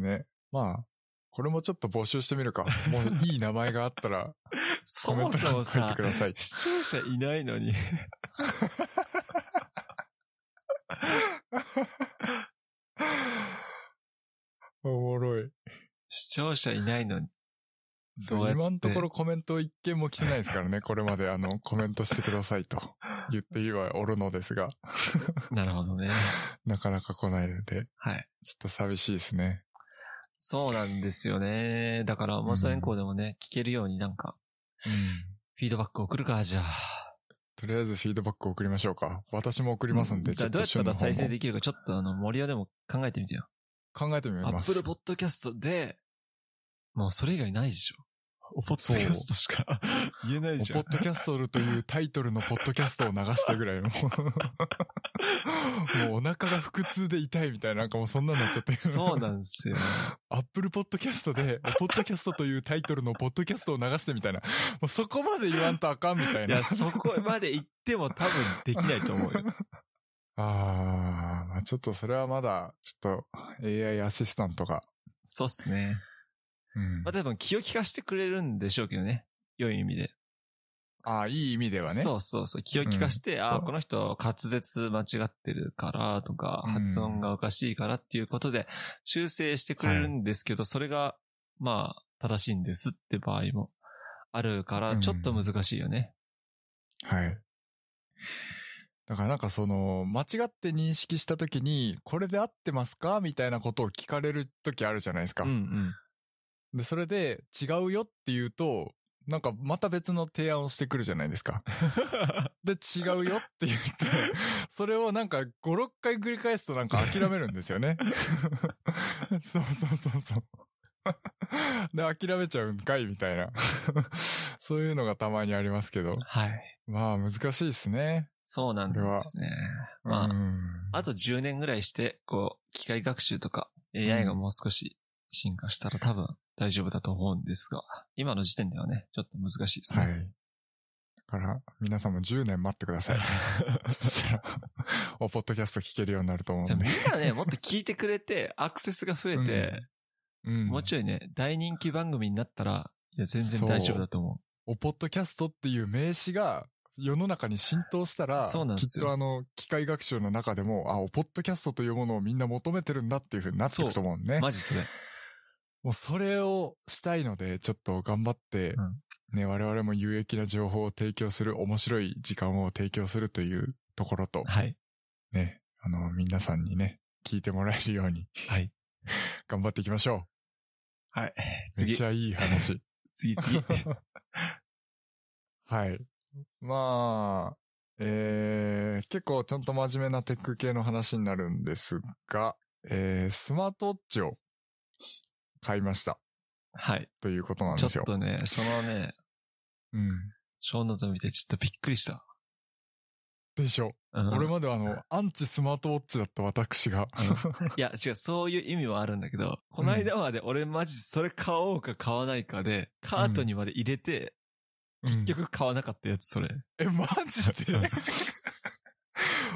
A: ね。まあ、これもちょっと募集してみるか。もういい名前があった
B: *laughs*
A: ら、
B: そ
A: コメン
B: も
A: ト
B: そ
A: 欄
B: も
A: に書いて
B: さ
A: く、ださい。 *laughs*
B: 視聴者いないのに。 *laughs*
A: おもろい。
B: 視聴者いないのに。どうやって
A: 今のところコメント一件も来てないですからね。これまであの、コメントしてくださいと言っていはおるのですが、
B: なるほどね。
A: なかなか来ないので、
B: はい。
A: ちょっと寂しいですね。
B: そうなんですよね。だから、マソエンコでもね、聞けるようになんか、フィードバック送るか、じゃあ。
A: とりあえずフィードバック送りましょうか。私も送りますんで、
B: じ
A: ちょ
B: ゃあ
A: っ
B: ど
A: と
B: うやった
A: 旬の方
B: ら
A: も
B: 再生できるか、ちょっとあの、森尾でも考えてみてよ。
A: 考えてみ
B: ア
A: ま
B: ップ
A: す
B: ル。ポッドキャストで、もうそれ以外ないでしょ。おポッドキャストしか言えない
A: お
B: じゃ
A: ポ
B: ん
A: ッ。ドキャストルというタイトルのポッドキャストを流したぐらいの。も
B: *laughs*
A: うお腹が腹痛で痛いみたいな、なんかもうそんなになっちゃってる。
B: そうなんですよ。
A: アップルポッドキャストで、ポッドキャストというタイトルのポッドキャストを流してみたいな。もうそこまで言わんとあかんみたい
B: い
A: な。
B: や、そこまで行っても多分できないと思うよ。
A: あー、まあ、ちょっとそれはまだ、ちょっと AI アシスタントが。
B: *laughs* そうっすね。
A: うん
B: まあ、多分気を利かしてくれるんでしょうけどね。良い意味で。
A: あー、いい意味ではね。
B: そうそうそう。気を利かして、ああ、
A: そう
B: この人滑舌間違ってるからとか、
A: うん
B: 発音がおかしいからっていうことで修正してくれるんですけど、それが、まあ、正しいんですって場合もあるか
A: う
B: ら、
A: ん
B: ちょっと難しいよね。
A: はい。だからなんかその、間違って認識した時に、これで合ってますかみたいなことを聞かれる時あるじゃないですか。
B: うんうん。
A: で、それで違うよって言うと、なんかまた別の提案をしてくるじゃないです
B: *laughs*
A: か。で、違うよって言って、それをなんか5、6回繰り返すとなんか諦めるんです
B: *laughs*
A: よね。そうそうそうそう。で、諦めちゃうんかいみたいな。そういうのがたまにありますけど。
B: はい。
A: まあ難しいですね。
B: そうなんですね。まあ、
A: うん、
B: あと10年ぐらいして、こう、機械学習とか AI がもう少し進化したら多分大丈夫だと思うんですが、今の時点ではね、ちょっと難しいですね。
A: はい。だから、皆さんも10年待ってくだ
B: *laughs*
A: さい。そしたら、おポッドキャスト聞けるようになると思う
B: じゃ
A: ん
B: あ
A: で
B: みん。なね、もっと聞いてくれて、 *laughs* アクセスが増えて、
A: うん
B: もうちょいね、大人気番組になったら、いや、全然大丈夫だと思
A: おポッドキャストっていう名詞が世の中に浸透したら、
B: そうなん
A: き
B: で
A: っ
B: すよ
A: とあの、機械学習の中でも、あ、おポッドキャストというものをみんな求めてるんだっていうふうになっていくと思うん
B: う。
A: ね。
B: マジそれ。
A: もうそれをしたいので、ちょっと頑張って、
B: うん
A: ね、我々も有益な情報を提供する、面白い時間を提供するというところと、
B: はい。
A: ね、あの、皆さんにね、聞いてもらえるように、 *laughs*
B: はい。
A: 頑張っていきましょ
B: はい。
A: う。めっ
B: 次、
A: ちゃいい
B: *laughs*
A: 話。
B: 次、
A: *laughs*
B: 次。
A: はい。まあ、えー、結構ちゃんと真面目なテック系の話になるんですが、えー、スマートウォッチを買いました
B: はい。
A: ということなんです
B: ちょ
A: よ
B: っ。とね、そのね、
A: うん。
B: 小ノート見てちょっとびっくりした。
A: でしょ。
B: うん
A: これまではあの、アンチスマートウォッチだった私が。
B: いや、違う、そういう意味はあるんだけど、この間まで俺マジそれ買おうか買わないかで、カートにまで入れて、
A: *laughs* 結
B: 結局買わなかったやつ、それ。
A: え、マジで *laughs*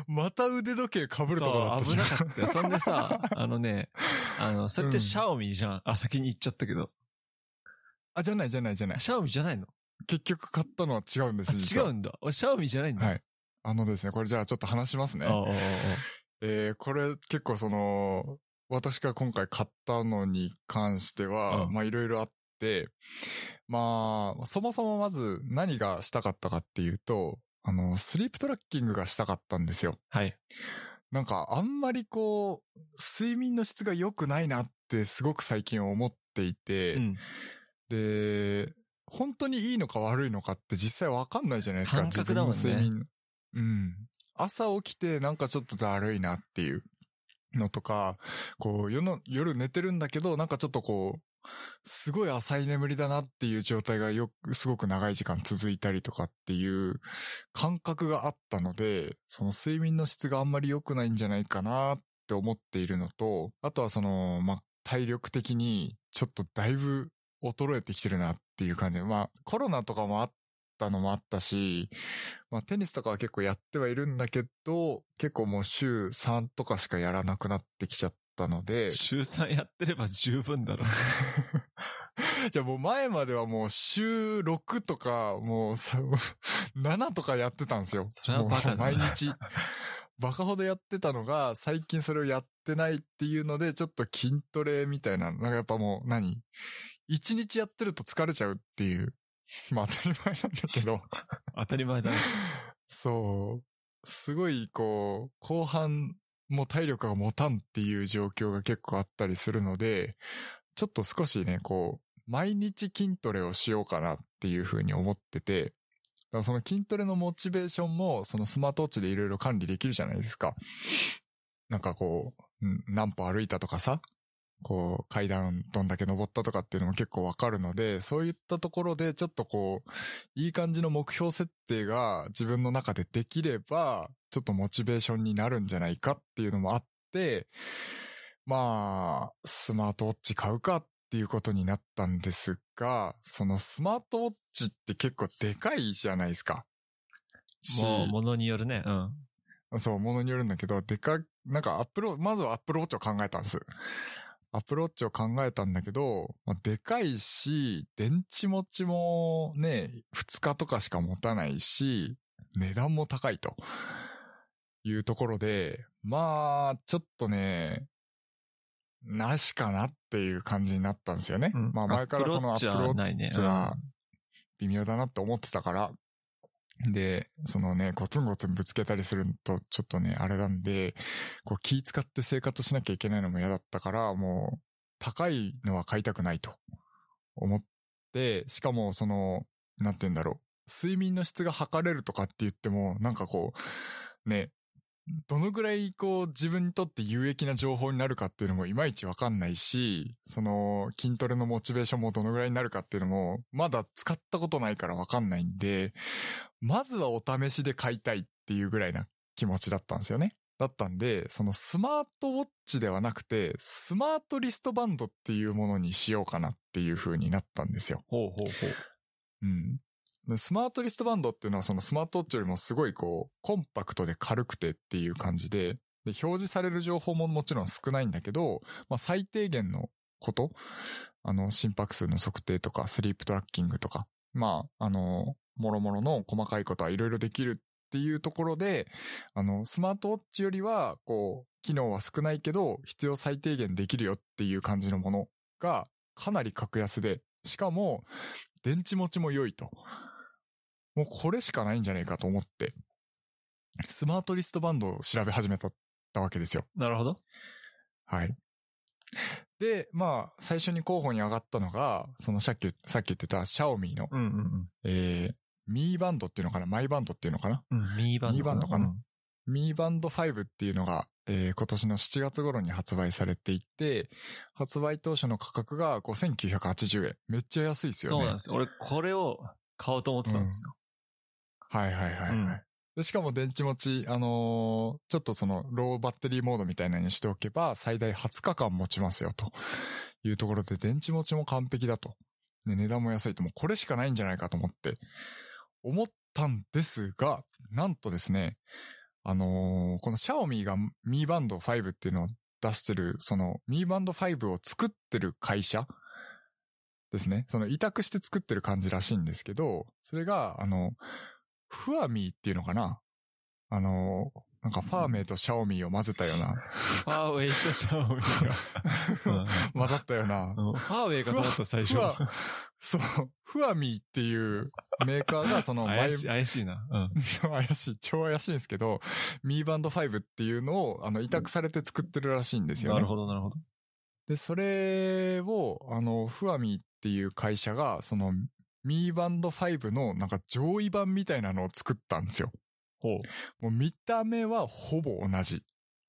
A: また腕時計被るとこだった
B: そう、
A: じ
B: 危
A: ゃ。
B: なんかったよ。そんでさ、あのね、あの、それってシャオミじゃん。あ、先に言っちゃったけど。
A: *laughs* あ、じゃないじゃないじゃない。
B: シャオミじゃないの
A: 結局買ったのは違うんで
B: あ
A: す、
B: 違
A: 実は。
B: うんだ。俺、シャオミじゃないんだ。
A: はい。あのですね、これじゃあちょっと話しますね。
B: おうおうおう
A: えーこれ結構その、私が今回買ったのに関しては、
B: うん
A: まあいろいろあって、まあ、そもそもまず何がしたかったかっていうと、あの、スリープトラッキングがしたかったんですよ。
B: はい。
A: なんかあんまりこう、睡眠の質が良くないなってすごく最近思っていて、
B: うん。
A: で、本当にいいのか悪いのかって実際わかんないじゃないですか。
B: 感覚だもんね
A: 自分の睡眠。うん。朝起きてなんかちょっとだるいなっていうのとか、こう夜の、夜寝てるんだけど、なんかちょっとこう、すごい浅い眠りだなっていう状態がよく、すごく長い時間続いたりとかっていう感覚があったので、その睡眠の質があんまり良くないんじゃないかなって思っているのと、あとはその、まあ、体力的にちょっとだいぶ衰えてきてるなっていう感じ。まあ、コロナとかもあったのもあったし、まあ、テニスとかは結構やってはいるんだけど、結構もう週3とかしかやらなくなってきちゃったので、
B: 週3やってれば十分
A: *laughs*
B: だろ。
A: じゃあもう前まではもう週6とか、もうさ *laughs* 7とかやってたんですよ。
B: それはバカだな
A: もう毎日。バカほどやってたのが、最近それをやってないっていうので、ちょっと筋トレみたいな、なんかやっぱもう何一日やってると疲れちゃうっていう。まあ当たり前なんだけど。
B: 当たり前だね。
A: そう。すごい、こう、後半も体力が持たんっていう状況が結構あったりするので、ちょっと少しね、こう、毎日筋トレをしようかなっていうふうに思ってて、だからその筋トレのモチベーションも、そのスマートウォッチでいろいろ管理できるじゃないですか。なんかこう、うん何歩歩いたとかさ、こう、階段どんだけ登ったとかっていうのも結構わかるので、そういったところでちょっとこう、いい感じの目標設定が自分の中でできれば、ちょっとモチベーションになるんじゃないかっていうのもあって、まあ、スマートウォッチ買うかっていうことになったんですが、そのスマートウォッチって結構でかいじゃないですか。し
B: もう、ものによるね。うん。
A: そう、ものによるんだけど、でか、なんかアップロ、まずはアップローチを考えたんです。アップローチを考えたんだけど、まあ、でかいし、電池持ちもね、2日とかしか持たないし、値段も高いというところで、まあ、ちょっとね、なしかなっていう感じになったんですよね。
B: うん
A: まあ前からそのアップローチ
B: ないね
A: じゃあ、微妙だなって思ってたから、で、そのね、ゴツンゴツンぶつけたりすると、ちょっとね、あれなんで、こう気使って生活しなきゃいけないのも嫌だったから、もう、高いのは買いたくないと思って、しかもその、なんて言うんだろう、睡眠の質が測れるとかって言っても、なんかこう、ね、どのぐらいこう自分にとって有益な情報になるかっていうのもいまいちわかんないし、その筋トレのモチベーションもどのぐらいになるかっていうのもまだ使ったことないからわかんないんで、まずはお試しで買いたいっていうぐらいな気持ちだったんですよね。だったんで、そのスマートウォッチではなくて、スマートリストバンドっていうものにしようかなっていう風になったんですよ。
B: ほうほうほう。
A: うん。でスマートリストバンドっていうのはそのスマートウォッチよりもすごいこう、コンパクトで軽くてっていう感じで、で、表示される情報ももちろん少ないんだけど、まあ最低限のこと、あの、心拍数の測定とか、スリープトラッキングとか、まあ、あの、もろもろの細かいことはいろいろできるっていうところで、あの、スマートウォッチよりは、こう、機能は少ないけど、必要最低限できるよっていう感じのものが、かなり格安で、しかも、電池持ちも良いと。もうこれしかないんじゃねえかと思って、スマートリストバンドを調べ始めたったわけですよ。
B: なるほど。
A: はい。で、まあ、最初に候補に上がったのが、そのさっき、さっき言ってた、シャオミの、
B: うんうん
A: えー、ミーバンドっていうのかなマイバンドっていうのかな
B: うん。うん、ミーバンド。
A: ミーバンドかなミーバンド5っていうのが、えー今年の7月頃に発売されていて、発売当初の価格が5980円。めっちゃ安いですよ
B: そ
A: ね。
B: うなんですよ。俺、これを買おうと思ってたんですよ。
A: はいはいはいはい、
B: うん
A: で。しかも電池持ち、あのーちょっとそのローバッテリーモードみたいなのにしておけば最大20日間持ちますよというところで電池持ちも完璧だと。で、値段も安いともうこれしかないんじゃないかと思って思ったんですが、なんとですね、あのーこのシャオミが Mi Band 5っていうのを出してる、その Mi Band 5を作ってる会社ですね。その委託して作ってる感じらしいんですけど、それが、あの、フアミーっていうのかなあの、なんかファーメイとシャオミーを混ぜたような、
B: ファーウェイとシャオミ
A: *laughs*
B: が。
A: 混ざったような
B: う、んうんファーウェイかと思った最初
A: ふ。わ、そう、フアミーっていうメーカーがその
B: *laughs* 怪しい、怪しいな。うん。
A: *laughs* 怪しい、超怪しいんですけど、ミーバンド5っていうのを、あの、委託されて作ってるらしいんですよ
B: な
A: ね
B: る。ほど、なるほど。
A: で、それを、あの、フアミっていう会社が、その、ミーバンド5のなんか上位版みたいなのを作ったんですよ。
B: ほ
A: もう見た目はほぼ同じ。
B: う。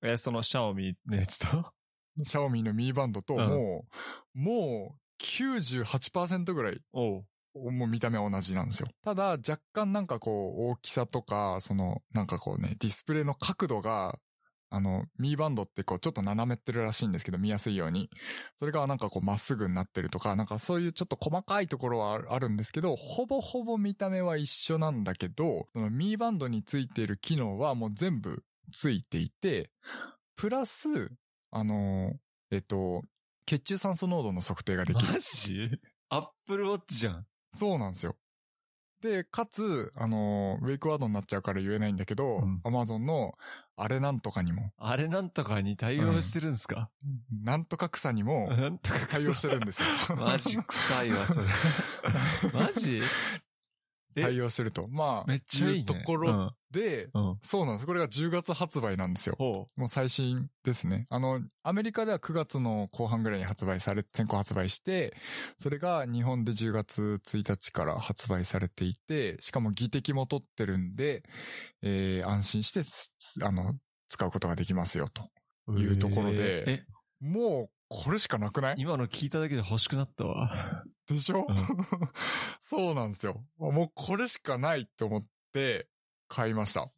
B: え、そのシャオミのやつと
A: シャオミのミーバンドと、
B: うん
A: もう、もう98%ぐらい
B: おう。
A: もう見た目は同じなんですよ。ただ、若干なんかこう、大きさとか、その、なんかこうね、ディスプレイの角度が、あの、ミーバンドってこう、ちょっと斜めってるらしいんですけど、見やすいように。それがなんかこう、まっすぐになってるとか、なんかそういうちょっと細かいところはあるあるんですけど、ほぼほぼ見た目は一緒なんだけど、そのミーバンドについている機能はもう全部ついていて、プラス、あの、えっと、血中酸素濃度の測定ができる。
B: マジアップルウォッチじゃん。
A: そうなんですよ。で、かつ、あのー、ウェイクワードになっちゃうから言えないんだけど、
B: うん
A: アマゾンのあれなんとかにも、
B: あれなんとかに対応してるんすか、
A: なんとか草にも
B: なんとか臭い。
A: 対応してるんですよ
B: マ
A: *laughs*
B: ジ臭いわ、それ。マジえ
A: 対応してると。まあ、
B: めっちゃいい、ね。
A: いうところで、
B: うん。うん。
A: そうなんです。これが10月発売なんですよ。
B: ほ
A: もう最新ですね。あの、アメリカでは9月の後半ぐらいに発売され、先行発売して、それが日本で10月1日から発売されていて、しかも技的も取ってるんで、えー安心してす、あの、使うことができますよと。
B: う。
A: いうところで
B: えーえ、
A: もう、これしかなくない
B: 今の聞いただけで欲しくなったわ。
A: でしょ、
B: うん
A: *laughs* そうなんですよ。もうこれしかないと思って買いました。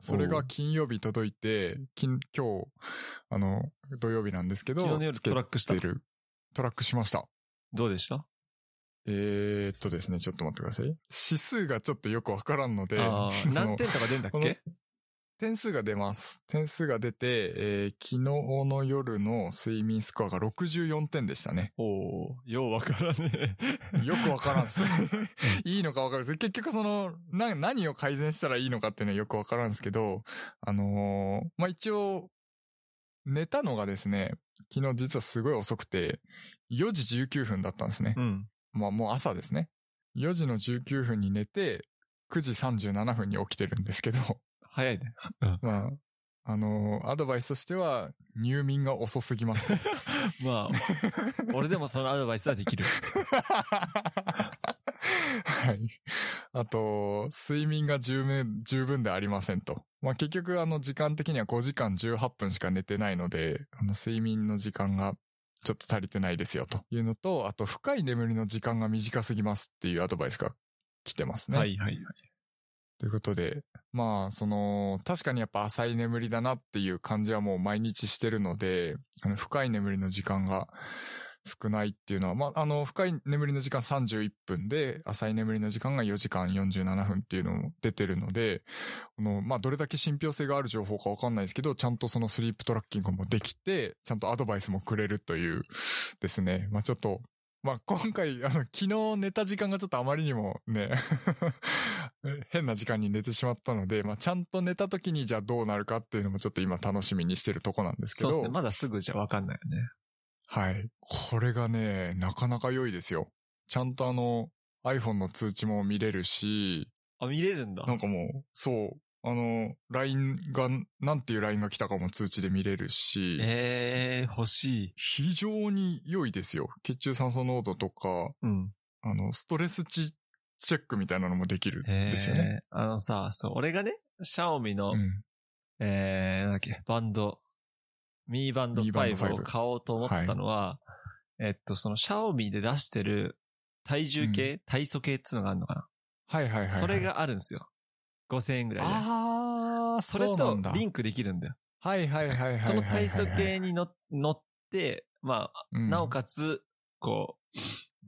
A: それ
B: お
A: が
B: う
A: 金曜日届いて、金、今日、あの、土曜日なんですけど、
B: 昨日の夜
A: つけ
B: トラックした
A: て。る。トラックしました。
B: どうでした
A: えー、っとですね、ちょっと待ってください。指数がちょっとよくわからんので、
B: あ
A: *laughs* あ
B: ー
A: の
B: 何点とか出んだっけ
A: 点数が出ます。点数が出て、えー昨日の夜の睡眠スコアが64点でしたね。
B: おーようわからねえ。
A: よくわからん
B: *laughs*
A: っす。いいのかわかるんです。結局その、な、何を改善したらいいのかっていうのはよくわからんですけど、あのーまあ、一応、寝たのがですね、昨日実はすごい遅くて、4時19分だったんですね。
B: うん。
A: まあもう朝ですね。4時の19分に寝て、 9時37分に起きてるんですけど、 *laughs*
B: 早いね。
A: まあ、あのアドバイスとしては、入眠が遅すぎますと。 *laughs*
B: まあ、俺でもそのアドバイスはできる。
A: はい。あと、睡眠が十分、十分でありませんと。まあ結局、あの、時間的には5時間18分しか寝てないので、あの、睡眠の時間がちょっと足りてないですよというのと、あと、深い眠りの時間が短すぎますっていうアドバイスが来てますね。
B: はいはいはい。
A: ということで、まあ、その、確かにやっぱ浅い眠りだなっていう感じはもう毎日してるので、あの、深い眠りの時間が少ないっていうのは、まあ、あの、深い眠りの時間31分で、浅い眠りの時間が4時間47分っていうのも出てるので、この、まあ、どれだけ信憑性がある情報かわかんないですけど、ちゃんとそのスリープトラッキングもできて、ちゃんとアドバイスもくれるというですね、まあ、ちょっと、まあ、今回、あの、昨日寝た時間がちょっとあまりにもね、 *laughs* 変な時間に寝てしまったので、まあ、ちゃんと寝た時にじゃあどうなるかっていうのもちょっと今楽しみにしてるとこなんですけ
B: そう
A: ど。
B: ですね。まだすぐじゃわかんないよね。
A: はい。これがね、なかなか良いですよ。ちゃんとあの、iPhone の通知も見れるし、
B: あ、見れるんだ。
A: なんかもう、そう、あの、LINE が、なんていう LINE が来たかも通知で見れるし、
B: ええ欲しい。
A: 非常に良いですよ。血中酸素濃度とか、
B: うん。
A: あの、ストレス値チェックみたいなのもできるん
B: ええ
A: ですよね。
B: あのさ、そう、俺がね、シャオミの、
A: うん。
B: えー、なんだっけ、バンド、ミーバンド
A: Mi Band
B: 5を
A: 5
B: 買おうと思ったのは、えっと、そのシャオミで出してる体重計、体組計っていうのがあるのかな、
A: はいはいはい、はい。
B: それ、があるんですよ。5000円ぐらいで。
A: ああ、
B: それ
A: うな
B: と
A: んだ
B: リンクできるんだよ。
A: はいはいはいはいはいはい。
B: その体組計にの乗って、まあ、
A: うん、
B: なおかつ、こう、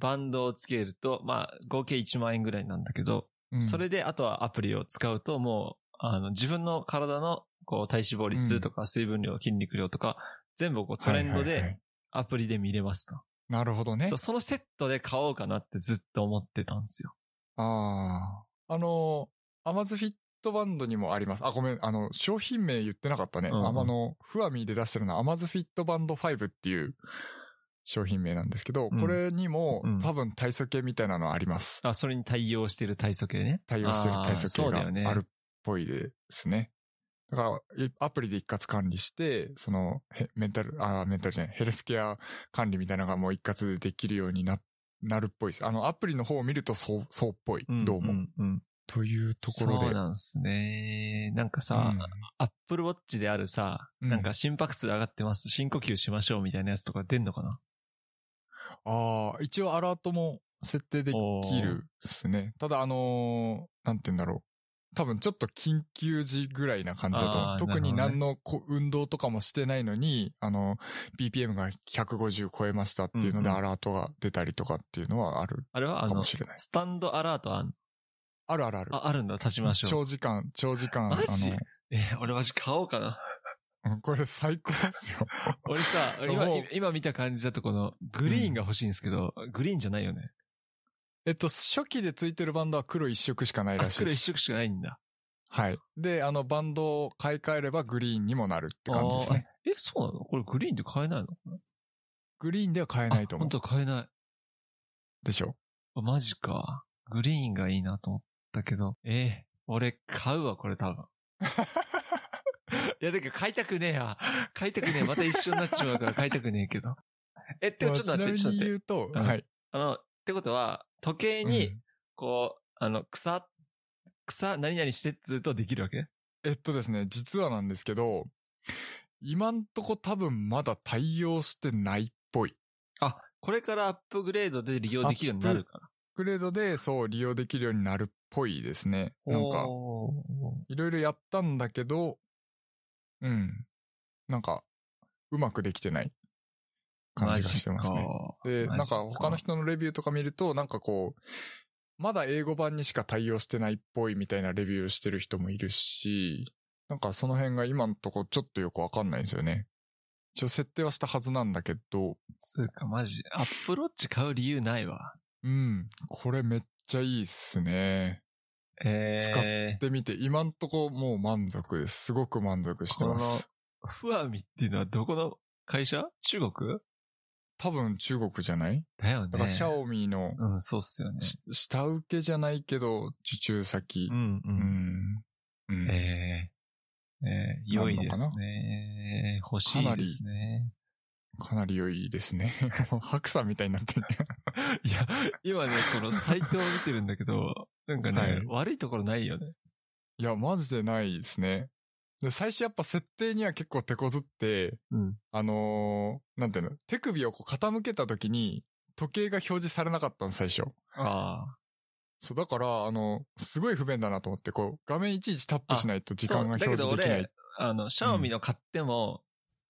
B: バンドをつけると、まあ、合計1万円ぐらいなんだけど、
A: うん
B: それで、あとはアプリを使うと、もう、あの、自分の体の、こう、体脂肪率とか、水分量、筋肉量とか、全部こう、トレンド
A: はいはいは
B: で、
A: い
B: アプリで見れますと。
A: なるほどね。
B: そう、そのセットで買おうかなってずっと思ってたんですよ。
A: ああ。あの、アマズフィットバンドにもあります。あ、ごめん。あの、商品名言ってなかったね。
B: うんうん
A: あまあの、フアミーで出してるのはアマズフィットバンド5っていう商品名なんですけど、
B: うん
A: これにも、
B: うん
A: 多分体組計みたいなのあります。
B: あ、それに対応してる体組計ね。
A: 対応してる体
B: あーそうだよ
A: 組計
B: ね
A: があるっぽいですね。だから、いアプリで一括管理して、その、へメンタル、あーメンタルじゃない、ヘルスケア管理みたいなのがもう一括でできるようにな、なるっぽいです。あの、アプリの方を見るとそう、そうっぽい。
B: ん
A: どうも。
B: んうん。
A: というところで。
B: そうなんですね。なんかさ、アップルウォッチであるさ、
A: うん
B: なんか心拍数上がってます、深呼吸しましょうみたいなやつとか出んのかな
A: ああ、一応アラートも設定できるですね。ただ、あのーなんて言うんだろう。多分ちょっと緊急時ぐらいな感じだと思
B: あ
A: う。
B: ー
A: 特に
B: なるほ
A: 何のこ運動とかもしてないのに、あの、BPM が150超えましたっていうので
B: うんうん
A: アラートが出たりとかっていうのはある
B: あれは、あ
A: か
B: の
A: も、しれない。
B: スタンドアラートあん
A: あるあるある。
B: あ、あるんだ、立ちましょう。
A: 長時間、長時間、
B: マジ
A: あ
B: えー、俺マジ買おうかな。
A: の、うんこれ最高です
B: *laughs*
A: よ。
B: 俺さ、
A: *laughs*
B: 俺今
A: もう
B: 今今見た感じだとこの、グリーンが欲しいんですけど、グリーンじゃないよね。
A: えっと、初期でついてるバンドは黒一色しかない
B: あ
A: らしい
B: 黒
A: で
B: 一
A: す。
B: 色しかないんだ。
A: はい。で、あの、バンドを買い替えればグリーンにもなるって感じですね。
B: あー。え、そうなのこれグリーンで買えないの
A: グリーンでは買えないと思う
B: 本。当買えない
A: でしょ。
B: あマジか。グリーンがいいなと思ったけど。えー俺買うわ、これ多
A: *laughs*
B: 分。いや、だけど買いたくねえや。買いたくねえ。また一緒になっちまうから買いたくねえけど。え、でもちょっと待って、
A: ち
B: ちょ
A: な
B: っ
A: み
B: と
A: に言
B: 待って。
A: うと、
B: うん
A: はい。
B: あの、ってことは、時計
A: う
B: に、
A: ん
B: こう、あの、草、草、何々してっつうとできるわけ
A: えっとですね、実はなんですけど、今んとこ多分まだ対応してないっぽい。
B: あ、これからアップグレードで利用できるようになるか
A: グレードでそう利用できるようになるっぽいですね。
B: ら。
A: なんか、
B: お
A: いろいろやったんだけど、うん。なんか、うまくできてない
B: ー。
A: 感じがしてますね。で、
B: マジか
A: なんか他の人のレビューとか見ると、なんかこう、まだ英語版にしか対応してないっぽいみたいなレビューをしてる人もいるし、なんかその辺が今のとこちょっとよくわかんないんですよね。一応設定はしたはずなんだけど、
B: つうか、マジ。アップローチ買う理由ないわ。
A: うん、これめっちゃいいっすね。
B: え
A: 使
B: ー、
A: で見て、今んとこもう満足です。すごく満足して
B: こ
A: ま
B: の
A: す。、
B: フアミっていうのはどこの会社中国
A: 多分中国じゃない
B: だよね。
A: だから、シャオミの、
B: うん、そうっすよね。
A: し下請けじゃないけど、受注先
B: う。ん、う。
A: うんん。うん
B: ええええ良いですね。欲しいですね。
A: かなり良いですね。 *laughs* もう白さんみたいになってる。
B: いや、今ね、このサイトを見てるんだけど、なんかね、
A: はい
B: 悪いところないよね。
A: いや、マジでないですね。で最初やっぱ設定には結構手こずって、
B: うん。
A: あのーなんていうの、手首をこう傾けた時に、時計が表示されなかったの、最初。
B: ああ。
A: そう、だから、あの、すごい不便だなと思って、こう、画面いちいちタップしないと時間が表
B: そうだけど
A: 示できない。
B: 俺、あの、シャオミの買っても、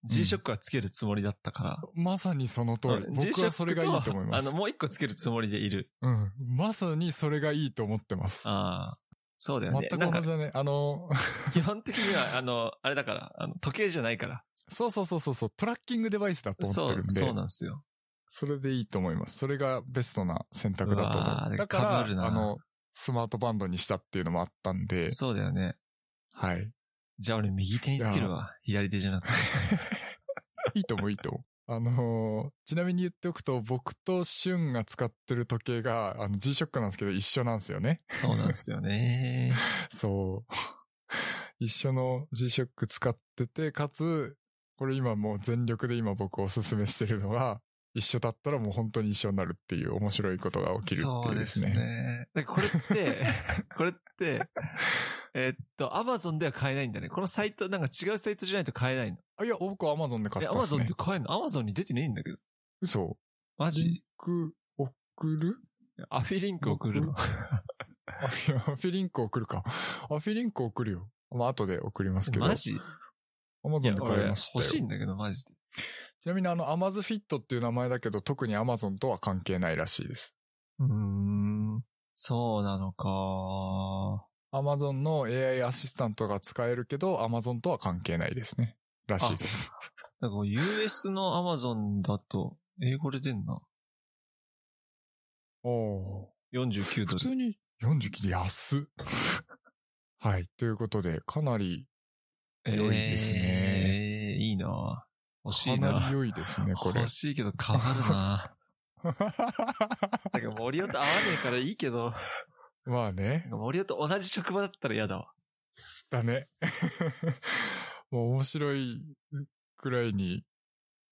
A: ん
B: G-SHOCK はつけるつもりだったから。
A: まさにその通り。
B: うん
A: 僕
B: G-SHOCK
A: はそれがいいと思いま
B: あ
A: す
B: の、。もう一個つけるつもりでいる。
A: うん。まさにそれがいいと思ってます。
B: ああ。そうだよね
A: 全。く
B: なん
A: 同
B: か
A: じ、だね。あの、
B: 基本的には、あの、あれだから、あの、時計じゃないから。
A: *laughs* そうそうそうそうそう、トラッキングデバイスだと思っ
B: そ
A: てるん
B: う、
A: で。
B: そうなんですよ。
A: それでいいと思います。それがベストな選択だと
B: うわ
A: 思
B: ー
A: う。だから、
B: 被るな
A: あの、スマートバンドにしたっていうのもあったんで、
B: そうだよね。
A: はい。
B: じゃあ俺右手につけるわ。左手じゃなくて。
A: いいと思う、いいと思う。 *laughs* あのーちなみに言っておくと、僕とシュンが使ってる時計が、あの、G-SHOCK なんですけど、一緒なんですよね。 *laughs*
B: そうなんですよね。
A: そう。 *laughs* 一緒の G-SHOCK 使ってて、かつ、これ今もう全力で今僕おすすめしてるのが、一緒だったらもう本当に一緒になるっていう面白いことが起きるって
B: そ
A: いううで
B: ですす
A: ね。
B: ね。だからこれ
A: *laughs*
B: って、これって、えっと、アマゾンでは買えないんだね。このサイト、なんか違うサイトじゃないと買えないの。
A: あいや、僕は Amazon で買
B: え、
A: っ
B: ア
A: たん
B: マ
A: です
B: ゾン
A: ね
B: で。買えんのアマゾンに出てねえんだけど。
A: 嘘
B: マ
A: リン
B: ジ
A: ク送る
B: アフィリンク送るの。
A: あいやアフィリンク送るか。アフィリンク送るよ。まあ、後で送りますけど。
B: マジい
A: アマゾン
B: や、
A: で買
B: 俺
A: いま
B: 欲
A: したよ。
B: しいんだけど、マジで。
A: ちなみにあの、アマズフィットっていう名前だけど、特にアマゾンとは関係ないらしいです。
B: うーん。そうなのか。
A: アマゾンの AI アシスタントが使えるけど、アマゾンとは関係ないですね。らしいです。
B: なんか US のアマゾンだと、英語で出んな。
A: おお
B: 49
A: ー。普
B: ドル。
A: 通に40切り安っ。はい。ということで、かなり、良いですね
B: えーいいな欲し
A: か
B: いな
A: なり良いですね、これ
B: 欲。しいけど変わるななんか森尾と合わねえからいいけど、
A: *laughs* まあね
B: なん。か森尾と同じ職場だったら嫌だわ。
A: だね。 *laughs* もう面白いくらいに。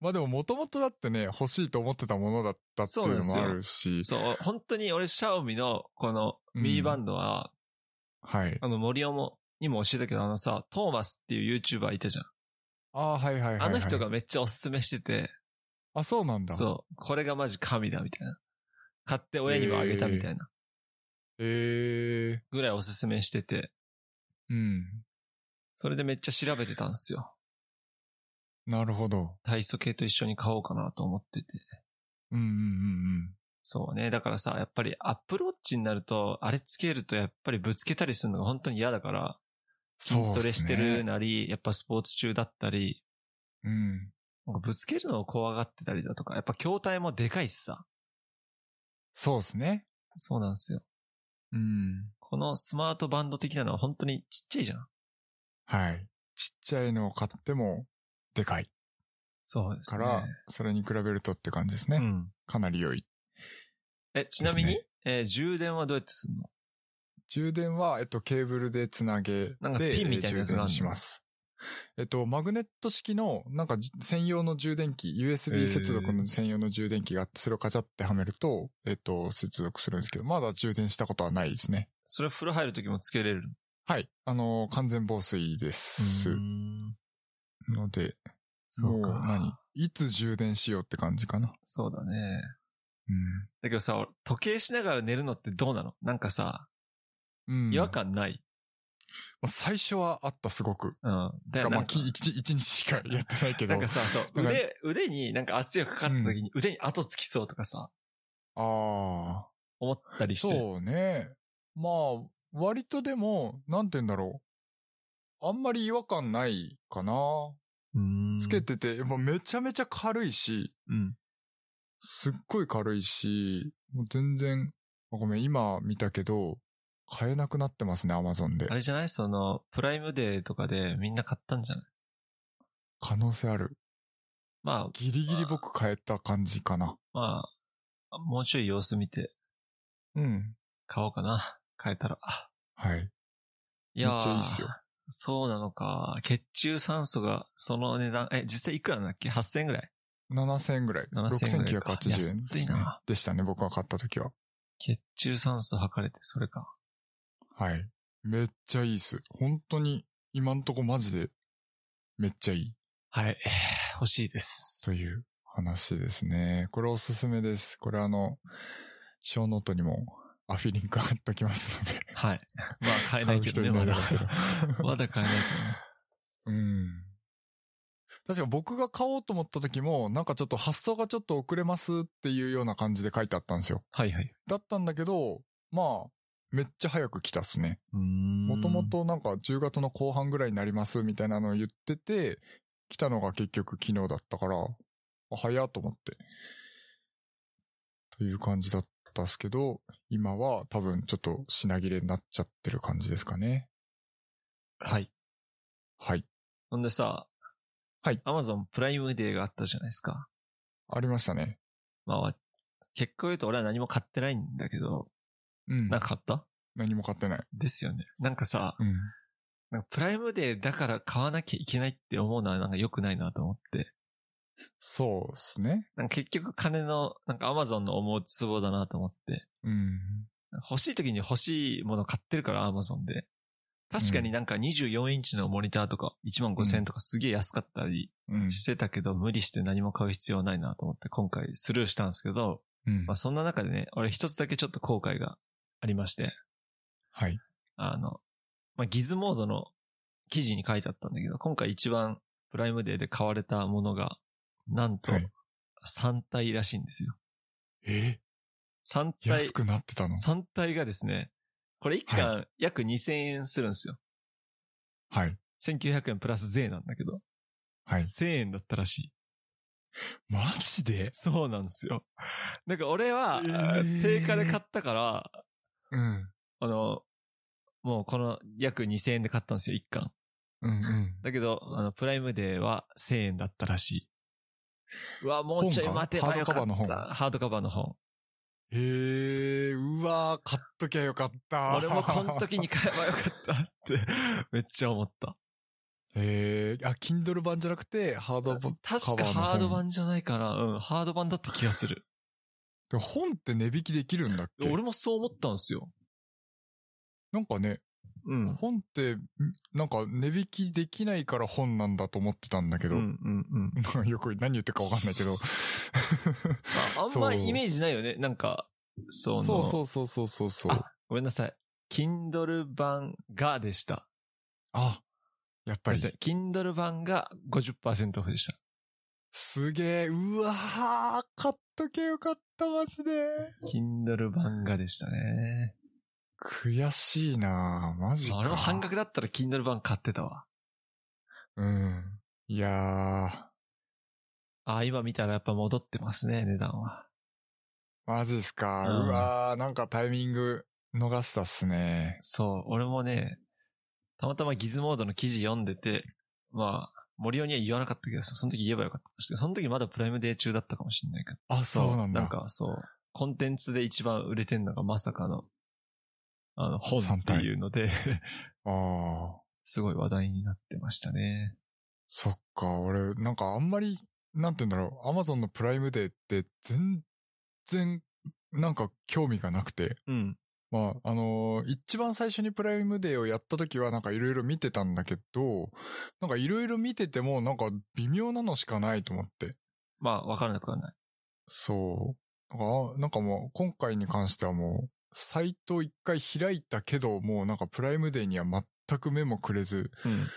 A: まあでももともとだってね、欲しいと思ってたものだったっていうのもあるし。
B: そう、本当に俺、シャオミのこの
A: うん
B: ミーバンドは、
A: はい。
B: あの森尾も、にも教えたけど、あのさ、トーマスっていう YouTuber いたじゃん。
A: ああ、はいはいはい、はい。
B: あの人が。めっちゃおすすめしてて、
A: あ、そうなんだ。
B: そう、これがマジ神だみたいな。買って親にもあげたみたいな
A: ええ
B: ぐらいおすすめしてて、
A: うん。
B: それでめっちゃ調べてたんですよ。
A: なるほど。
B: 体組系と一緒に買おうかなと思ってて。
A: うんうんうん
B: そうね。だからさ、やっぱりアップルウォッチになると、あれつけるとやっぱりぶつけたりするのが本当に嫌だから、筋
A: そう
B: ト
A: っすね
B: レしてるなり、やっぱスポーツ中だったり、
A: うん。うん。
B: なんかぶつけるのを怖がってたりだとか、やっぱ筐体もでかいしさ。
A: そうですね。
B: そうなんですよ。
A: うん。
B: このスマートバンド的なのは本当にちっちゃいじゃん。
A: はい。ちっちゃいのを買っても、でかい
B: そうです
A: か
B: ね。
A: ら、それに比べるとって感じですね。
B: うん。
A: かなり良い。
B: え、ちなみに、
A: で
B: えー充電はどうやってするの
A: 充電は、えっと、ケーブルでつなげ
B: なんか
A: て、
B: ピンみたいなやつがあんの
A: えー充電します。えっと、マグネット式の、なんかじ専用の充電器、
B: へ
A: USB
B: ー
A: 接続の専用の充電器があって、それをカチャってはめると、えっと、接続するんですけど、まだ充電したことはないですね。
B: それ風呂入るときもつけれるの
A: はい。あのー、完全防水です
B: うー。ん
A: ので、
B: そ
A: も
B: う
A: う
B: か。
A: 何いつ充電しようって感じかな。
B: そうだね。
A: うん
B: だけどさ、俺時計しながら寝るのってどうなのなんかさ、。
A: うん
B: 違和感ない。
A: まあ最初はあった、すごく。
B: うん。だよ
A: ま
B: な
A: あ、
B: んか
A: き一一日しかやってないけど。
B: なんかさ、そう、
A: なんか
B: 腕、腕になんか圧力かかった時に腕に跡つきそうとかさ、
A: ああ。
B: 思ったりして。
A: そうね。まあ、割とでも、なんて言うんだろう。あんまり違和感ないかな。つけてて、やっぱめちゃめちゃ軽いし、
B: うん。
A: すっごい軽いし、もう全然、あごめん、今見たけど、買えなくなってますね、アマゾンで
B: あ。れじゃないその、プライムデーとかでみんな買ったんじゃない
A: 可能性ある。
B: まあ、
A: ギリギリ僕変えた感じかな。
B: まあ、もうちょい様子見て
A: うん。
B: 買おうかな。変えたら。
A: はい。
B: いやー
A: めっちゃいいっすよ。
B: そうなのか。血中酸素が、その値段、え、実際いくらなんだっけ ?8000 円ぐらい。
A: 7000円ぐらい。
B: 7980円ぐらいか
A: 6980円です、ね。
B: 安いな
A: でしたね、僕が買った時は。
B: 血中酸素測れて、それか。
A: はい。めっちゃいいっす。本当に、今んとこマジで、めっちゃいい。
B: はい。欲しいです。
A: という話ですね。これおすすめです。これあの、小ノートにもアフィリンク貼っときますので。
B: はい。まあ、買えないけどね、
A: 買
B: ま
A: う人いない
B: だ
A: ですけど。 *laughs*
B: まだ買えない
A: うん。確か僕が買おうと思った時も、なんかちょっと発想がちょっと遅れますっていうような感じで書いてあったんですよ。
B: はいはい。
A: だったんだけど、まあ、めっちゃ早く来たっすね。
B: も
A: もとも。となんか10月の後半ぐらいになりますみたいなのを言ってて、来たのが結局昨日だったから、あ早っと思って。という感じだったっすけど、今は多分ちょっと品切れになっちゃってる感じですかね。
B: はい。
A: はい。
B: ほんでさ、
A: はい。
B: アマゾンプライムデーがあったじゃないですか。
A: ありましたね。
B: まあ、結果言うと俺は何も買ってないんだけど、
A: うん。
B: なんか買った
A: 何も買ってない。
B: ですよね。なんかさ、
A: うん。
B: なんかプライムデーだから買わなきゃいけないって思うのはなんか良くないなと思って。
A: そうっすね。
B: なんか結局金の、なんかアマゾンの思うツボだなと思って。
A: うん。
B: 欲しい時に欲しいもの買ってるからアマゾンで。確かになんか24インチのモニターとか1万5000円とかすげえ安かったり
A: うん。
B: してたけど、無理して何も買う必要はないなと思って今回スルーしたんですけど、
A: うん
B: まあ、そんな中でね、俺一つだけちょっと後悔がありまして、
A: はい。
B: あの、まあ、ギズモードの記事に書いてあったんだけど、今回一番プライムデーで買われたものが、なんと
A: はい
B: 3体らしいんですよ。
A: え
B: 3体
A: 安、くなってたの
B: 3体がですね、これ1巻約2000円するんですよ。
A: はい。
B: 1900円プラス税なんだけど、
A: はい。
B: 1000円だったらしい。
A: マジで
B: そうなんですよ。だから俺は、
A: えー
B: 定価で買ったから、
A: うん。
B: あの、もうこの約2000円で買ったんですよ、1巻。
A: うんうん。
B: だけど、あの、プライムデーは1000円だったらしい。うわ、もうちょい
A: 本か
B: 待てばよか
A: ハード
B: った。
A: カバーの本
B: ハードカバーの本。
A: へえ、うわー、買っときゃよかった。
B: 俺もこの時に。買えばよかったって、めっちゃ思った。
A: *laughs* へえ、あ、Kindle 版じゃなくて、ハードカバー
B: 確
A: の
B: か
A: 本。
B: ハード版じゃないかな。うん、ハード版だった気がする。
A: でも本って値引きできるんだっけ
B: 俺もそう思ったんですよ。
A: なんかね、
B: うん。
A: 本って、んなんか値引きできないから本なんだと思ってたんだけ
B: うんう
A: ど、
B: んう
A: *laughs*
B: ん。
A: よく何言ってるかわかんないけ
B: *laughs*
A: ど。
B: まあ、あんまイメージないよね。なんか、その。
A: そうそうそうそうそうそう。
B: あ、ごめんなさい。Kindle 版がでした。
A: あ、やっ
B: ご
A: ぱ
B: めん
A: り
B: なさ。い。Kindle 版が50%オフでした。
A: すげえ、うわー、買っとけよかった、マジで。
B: Kindle 版がでしたね。
A: 悔しいなーマジか。
B: あれも半額だったら Kindle 版買ってたわ。
A: うん。いや
B: あ、今見たらやっぱ戻ってますね、値段は。
A: ー、マジっすか。
B: うん
A: うわー、なんかタイミング逃したっすね。
B: そう、俺もね、たまたまギズモードの記事読んでて、まあ、森尾には言わなかったけど、その時言えばよかったんですけど、その時まだプライムデー中だったかもしれないけど。
A: あ、そうなんだ。
B: なんかそう、コンテンツで一番売れてんのがまさかの、あの、本
A: 三
B: って
A: 体
B: いうので、 *laughs*
A: あー、
B: すごい話題になってましたね。
A: そっか、俺、なんかあんまり、なんて言うんだろう、アマゾンのプライムデーって全然、なんか興味がなくて。
B: うん。
A: まあ、あのー一番最初にプライムデーをやった時はなんかいろいろ見てたんだけど、なんかいろいろ見ててもなんか微妙なのしかないと思って。
B: まあ、わからなくはない。
A: そう。なんかあなんかもう今回に関してはもう、サイト一回開いたけど、もうなんかプライムデーには全く目もくれず、
B: うん。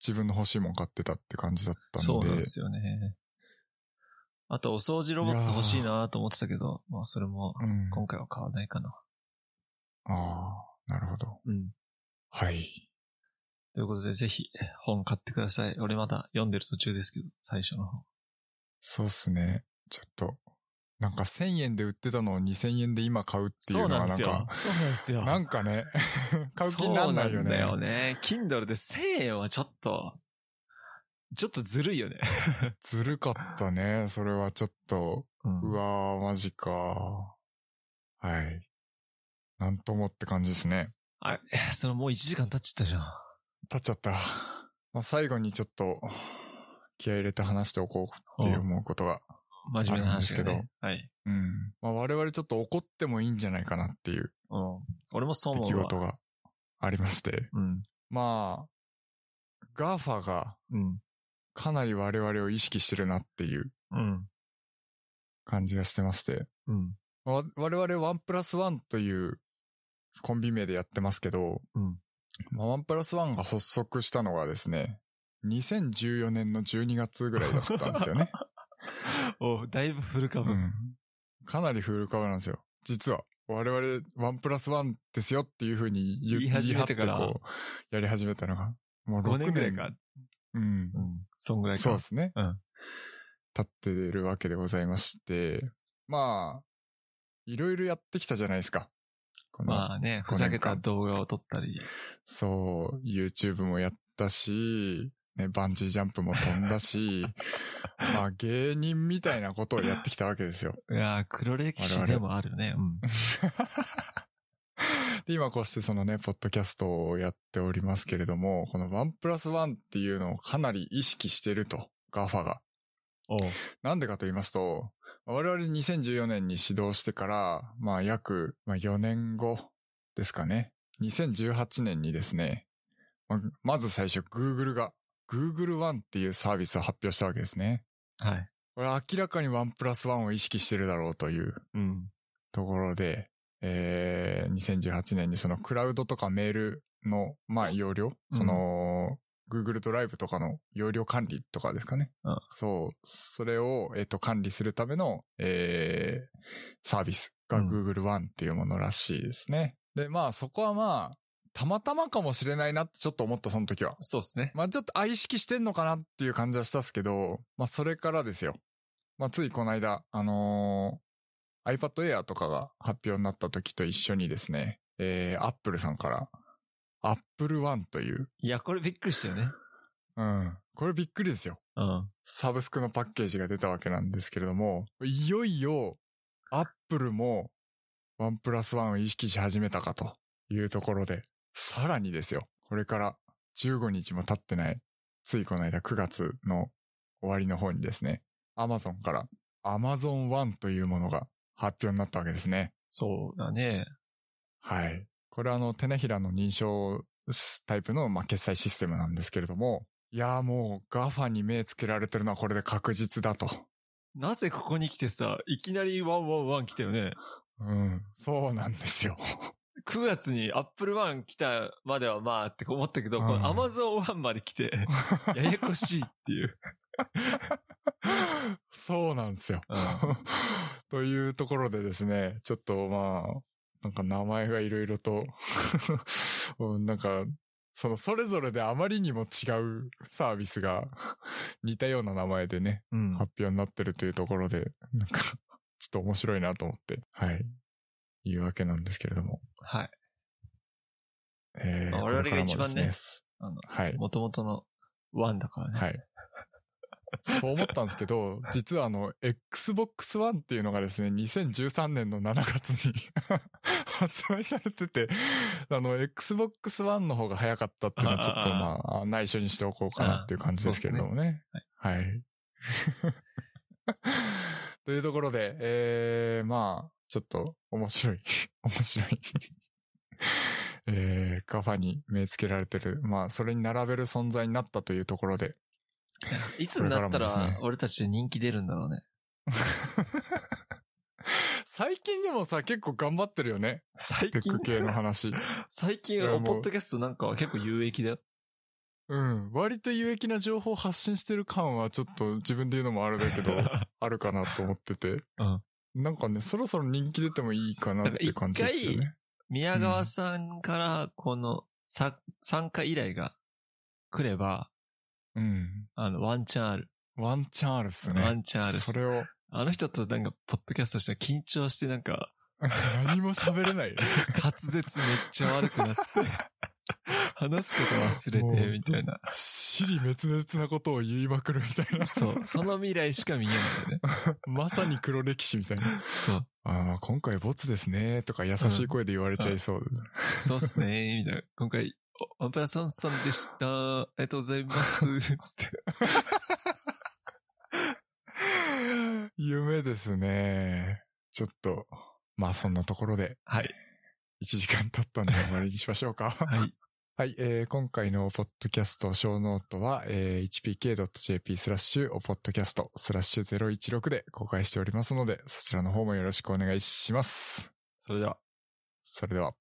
A: 自分の欲しいもん買ってたって感じだったんで。
B: そうなんですよね。あと、お掃除ロボット欲しいなと思ってたけど、まあ、それも、
A: うん。
B: 今回は買わないかな。
A: ああ、なるほど。
B: うん。
A: はい。
B: ということで、ぜひ、本買ってください。俺まだ読んでる途中ですけど、最初の方。
A: そうっすね。ちょっと、なんか1000円で売ってたのを2000円で今買うっていうのはなんか、
B: そうなんですよ。
A: なんかね、 *laughs* 買う気になんないよね。
B: そうなんだよね。Kindle で1000円はちょっと、ちょっとずるいよね。
A: ずるかったね。それはちょっと。
B: うん
A: うわー、マジか。はい。なんともって感じですね。
B: あれ、そのもう1時間経っちゃったじゃん。
A: 立っちゃった。 *laughs* まあ、最後にちょっと、気合い入れて話しておこうっていう思うことが。
B: 真面目な話が、
A: あるん
B: ね
A: で。
B: はい。
A: うん。まあ、我々ちょっと怒ってもいいんじゃないかなっていう
B: うん。俺もそう
A: 出
B: 思うわ。
A: 来事がありまして。
B: うん。
A: まあ、ガーファが
B: うん。
A: かなり我々を意識してるなっていう
B: うん。
A: 感じがしてまして。 *laughs*
B: うん。
A: わ我々ワンプラスワンというコンビ名でやってますけど、
B: うん
A: まあワンプラスワンが発足したのがですね、2014年の12月ぐらいだったんです
B: *laughs*
A: よね。
B: おだいぶ古株。
A: うん。かなり古株なんですよ。実は、我々ワンプラスワンですよっていうふうに言
B: 言い始めてから
A: 言い張ってこうやり始めたのが、もう
B: 5
A: 6
B: 年
A: 年。
B: ぐらいか。
A: うん。
B: うん。そんぐらいか。
A: そうですね。
B: うん
A: 立ってるわけでございまして、まあ、いろいろやってきたじゃないですか。この
B: まあね、ふざけた動画を撮ったり。
A: そう、YouTube もやったし、ね、バンジージャンプも飛んだし、まあ芸人みたいなことをやってきたわけですよ。
B: いやー黒歴史でもあるね。うん。
A: で、今こうしてそのね、ポッドキャストをやっておりますけれども、この1プラス1っていうのをかなり意識してると、ガファが。
B: *laughs* おう
A: なんでかと言いますと、我々2014年に指導してから、まあ約、まあ、4年後ですかね。2018年にですね、まあまず最初 Google が Google One っていうサービスを発表したわけですね。
B: はい。
A: これは明らかに1プラス1を意識してるだろうという
B: うん。
A: ところで、えー、2018年にそのクラウドとかメールの、まあ、容量、
B: うん
A: その、Google ドライブとかの容量管理とかですかね。
B: うん
A: そう。それを、えっ、と、管理するための、えー、サービスが
B: うん
A: Google One っていうものらしいですね。で、まあ、そこはまあ、たまたまかもしれないなってちょっと思った、その時は。
B: そうですね。
A: まあちょっとあ意識してんのかなっていう感じはしたっすけど、まあそれからですよ。まあついこの間、あのー iPad Air とかが発表になった時と一緒にですね、えー、Apple さんから、Apple One という、
B: いや、これびっくりしたよね。
A: うん、これびっくりですよ。
B: うん。
A: サブスクのパッケージが出たわけなんですけれども、いよいよ、Apple も、1プラス1を意識し始めたかというところで、さらにですよ、これから15日も経ってない、ついこの間9月の終わりの方にですね、Amazon から Amazon One というものが発表になったわけですね。
B: そうだね。
A: はい。これはあの、手のひらの認証タイプの、まあ、決済システムなんですけれども、いやーもう GAFA に目つけられてるのはこれで確実だと。
B: なぜここに来てさ、いきなりワンワンワン来たよね。
A: うん。そうなんですよ。 *laughs*
B: 9月に Apple One 来たまではまあって思ったけど、
A: うん
B: この Amazon One まで来 *laughs* て、ややこしいっていう。
A: そうなんですよ。
B: うん
A: *laughs* というところでですね、ちょっとまあ、なんか名前がいろいろと、 *laughs* うんなんか、そのそれぞれであまりにも違うサービスが *laughs* 似たような名前でね、
B: うん
A: 発表になってるというところで、なんか、 *laughs* ちょっと面白いなと思って、はい、言うわけなんですけれども。
B: はい。
A: え
B: まあ我々が一
A: これから
B: 番ね
A: もです
B: あの
A: はい。
B: もともとの One だからね。
A: はい。そう思ったんですけ
B: *laughs*
A: ど、実はあの、Xbox One っていうのがですね、2013年の7月に *laughs* 発売されてて、あの、Xbox One の方が早かったっていうのはちょっと
B: あ
A: ま
B: あ
A: あ、内緒にしておこうかなっていう感じですけれどもね。はい。 *laughs* というところで、えー、まあ、ちょっと面白い、 *laughs* 面白い。えー、ガファに目つけられてる。まあ、それに並べる存在になったというところで、
B: いつになっ
A: こ
B: た
A: れからもです
B: ら
A: ね
B: 俺たち人気出るんだろうね。
A: *laughs* 最近でもさ、結構頑張ってるよね。
B: 最
A: テッ
B: 近
A: ク、系の話。
B: 最近、
A: いやも
B: ポ
A: う
B: ッドキャストなんかは結構有益だよ。
A: うん。割と有益な情報発信してる感はちょっと自分で言うのもあれだけ *laughs*
B: *laughs*
A: ど、あるかなと思ってて。
B: うん
A: なんかね、そろそろ人気出てもいいかなっていう感じですよ
B: なん
A: ね。
B: 宮川さんから、この、さ、参加依頼が来れば、
A: うん。
B: あの、ワンチャンある。
A: ワンチャンあるっすね。
B: ワンチャンあるっす
A: それを、 *laughs*
B: あの人となんか、ポッドキャストしたら緊張してな
A: *laughs*
B: んか、
A: 何も喋れない。
B: 滑舌めっちゃ悪くなって、話すこと忘れて、みたいな。
A: 死に滅裂なことを言いまくるみたいな。
B: そう。その未来しか見えないよね。
A: まさに黒歴史みたいな。
B: そう。
A: ああ、今回ボツですね、とか優しい声で言われちゃいそう。
B: そうっすね、みたいな。今回、おアンパラさんさんでした。ありがとうございます。つって。
A: *laughs* 夢ですね。ちょっと、まあそんなところで
B: はい。
A: 1時間経ったんで終わりにしましょうか。 *laughs*
B: はい。
A: はい、えー今回のポッドキャスト小ノートは、えー hpk.jp スラッシュおポッドキャストスラッシュ016で公開しておりますので、そちらの方もよろしくお願いします。
B: それでは。
A: それでは。